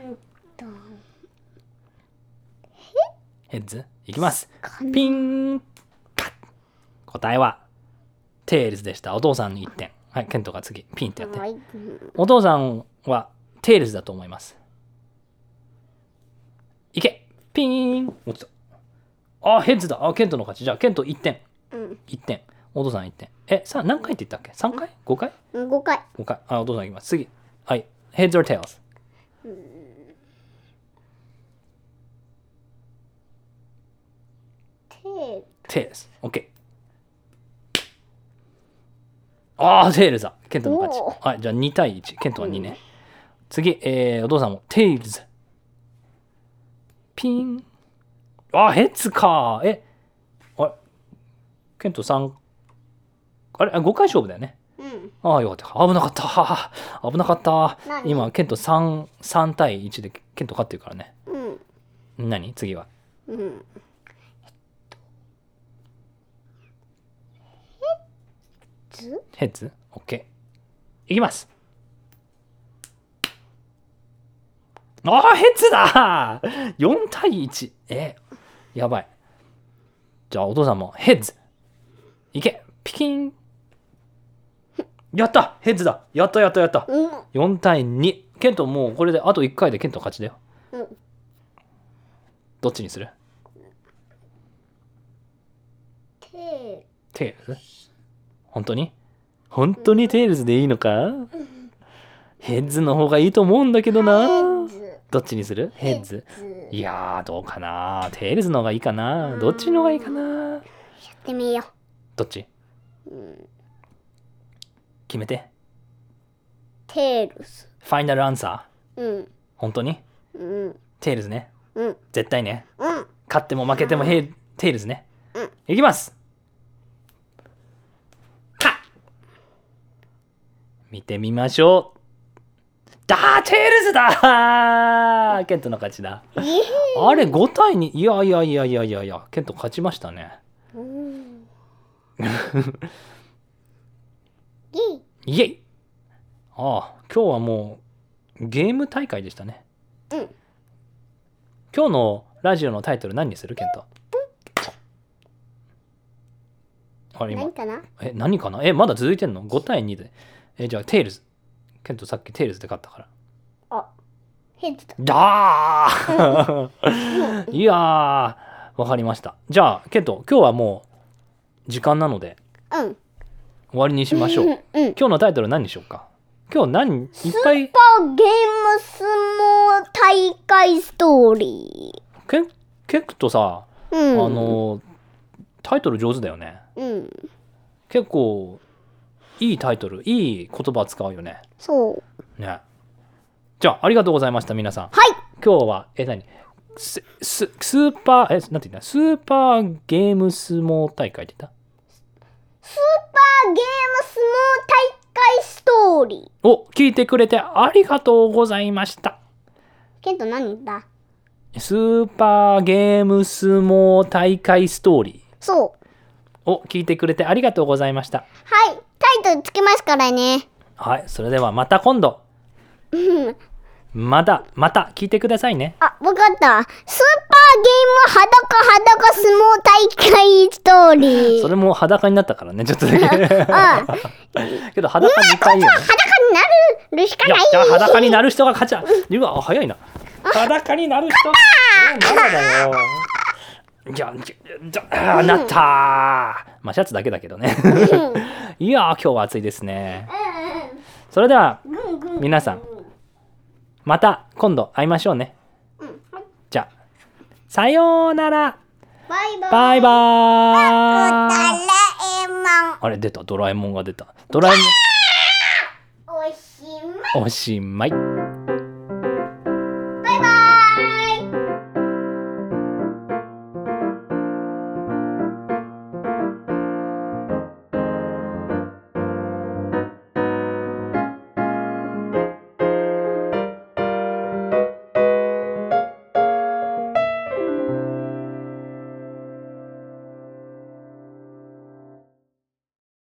[SPEAKER 1] うんと、
[SPEAKER 2] heads いきます
[SPEAKER 1] かな
[SPEAKER 2] ピンパッ答えは tails でしたお父さんに1点はいケントが次ピンってやって、
[SPEAKER 1] はい。うん
[SPEAKER 2] お父さんは tails だと思いますいけピーン落ちたあ heads だあケントの勝ちじゃあケント1点
[SPEAKER 1] うん。
[SPEAKER 2] 1点お父さん1点えさあ何回って言ったっけ3回 ?5 回
[SPEAKER 1] うん五回。
[SPEAKER 2] 5回あお父さんいきます次はい heads or tails
[SPEAKER 1] テール。
[SPEAKER 2] テールズ。OK。ああ、テールズだ。ケントの
[SPEAKER 1] お
[SPEAKER 2] 勝ち。はい、じゃあ2対1。ケントは2ね。
[SPEAKER 1] うん
[SPEAKER 2] 次、えー、お父さんもテールズ。ピン。あー、ヘッズか。え、あれケント3。あれあ ?5 回勝負だよね。
[SPEAKER 1] うん。
[SPEAKER 2] ああ、よかった。危なかった。危なかった。
[SPEAKER 1] 何
[SPEAKER 2] 今、ケント3、3対1でケント勝ってるからね。
[SPEAKER 1] うん。
[SPEAKER 2] 何次は。
[SPEAKER 1] うん。えっと。ヘッズ
[SPEAKER 2] ヘッズ ?OK。いきます。ああ、ヘッズだ !4 対1。えー、やばい。じゃあ、お父さんもヘッズ。いけピキンやったヘッズだやったやったやった
[SPEAKER 1] うん。
[SPEAKER 2] !4 対2。ケントもうこれであと1回でケント勝ちだよ。
[SPEAKER 1] うん。
[SPEAKER 2] どっちにする
[SPEAKER 1] テール。
[SPEAKER 2] テールズ本当に本当にテールズでいいのかヘッズの方がいいと思うんだけどな。
[SPEAKER 1] ズ。
[SPEAKER 2] どっちにするヘッズ
[SPEAKER 1] ズ
[SPEAKER 2] いやーどうかなテールズの方がいいかなどっちの方がいいかな
[SPEAKER 1] やってみよ
[SPEAKER 2] どっち
[SPEAKER 1] う、うん、
[SPEAKER 2] 決めて
[SPEAKER 1] テールス
[SPEAKER 2] ファイナルアンサー
[SPEAKER 1] うん
[SPEAKER 2] 本当に
[SPEAKER 1] うん
[SPEAKER 2] テールズね
[SPEAKER 1] うん
[SPEAKER 2] 絶対ね
[SPEAKER 1] うん
[SPEAKER 2] 勝っても負けてもヘイテイルズね。
[SPEAKER 1] うん
[SPEAKER 2] いきますはっ見てみましょう。だーテイルズだーケントの勝ちだ。
[SPEAKER 1] イエ
[SPEAKER 2] あれ、5対2。いやいやいやいやいやいや、ケント勝ちましたね。
[SPEAKER 1] ーイうんイエイ
[SPEAKER 2] イエイああ、今日はもうゲーム大会でしたね。
[SPEAKER 1] うん
[SPEAKER 2] 今日のラジオのタイトル何にするケント。あれ、今
[SPEAKER 1] 何かな
[SPEAKER 2] え、何かなえ、まだ続いてんの ?5 対2で。え、じゃあ、テイルズ。ケントさっきテイルズで勝ったから。
[SPEAKER 1] あヘッズだ
[SPEAKER 2] だ ーいやー、わかりました。じゃあ、ケント、今日はもう、時間なので、
[SPEAKER 1] うん
[SPEAKER 2] 終わりにし ましょう。
[SPEAKER 1] うんうん
[SPEAKER 2] 今日のタイトル何にしようか今日何一回、
[SPEAKER 1] パーゲーム相撲大会ストーリー
[SPEAKER 2] ケン、ケントさ、あ
[SPEAKER 1] うん
[SPEAKER 2] のー、タイトル上手だよね。
[SPEAKER 1] うん
[SPEAKER 2] 結構、いいタイトル、いい言葉使うよね。
[SPEAKER 1] そう
[SPEAKER 2] ね。じゃあ、ありがとうございました、皆さん。
[SPEAKER 1] はい
[SPEAKER 2] 今日は、え、何スススーパー、え、なんて言ったスーパーゲーム相撲大会って言っ
[SPEAKER 1] スーパーゲーム相撲大会ストーリー
[SPEAKER 2] たお、聞いてくれてありがとうございました。
[SPEAKER 1] ケント何だ
[SPEAKER 2] スーパーゲーム相撲大会ストーリ
[SPEAKER 1] そう
[SPEAKER 2] ーを聞いてくれてありがとうございました。
[SPEAKER 1] はいタイトルつけますからね
[SPEAKER 2] はい、それではまた今度。
[SPEAKER 1] うん
[SPEAKER 2] また、また聞いてくださいね。
[SPEAKER 1] あ、わかった。スーパーゲーム裸裸相撲大会ストーリー。
[SPEAKER 2] それも裸になったからね、ちょっとだけ。
[SPEAKER 1] あ、
[SPEAKER 2] けど裸2回よね。
[SPEAKER 1] 裸になるしか
[SPEAKER 2] いや
[SPEAKER 1] ない。
[SPEAKER 2] じゃあ裸になる人が勝ちだ。うわ、早いな。裸になる人。えーなんだよ。じゃあ、じゃあ、あーなったー。まあ、シャツだけだけどね。 いやー、今日は暑いですね。それでは、
[SPEAKER 1] うんうん
[SPEAKER 2] 皆さん、また今度会いましょうね。じゃあ、さようなら。
[SPEAKER 1] バイバイ。
[SPEAKER 2] バ
[SPEAKER 1] ドラ
[SPEAKER 2] イバーイ。
[SPEAKER 1] えもん。
[SPEAKER 2] あれ、出た。ドラえもんが出た。ドラえ
[SPEAKER 1] おしまい。
[SPEAKER 2] もん、おしまい。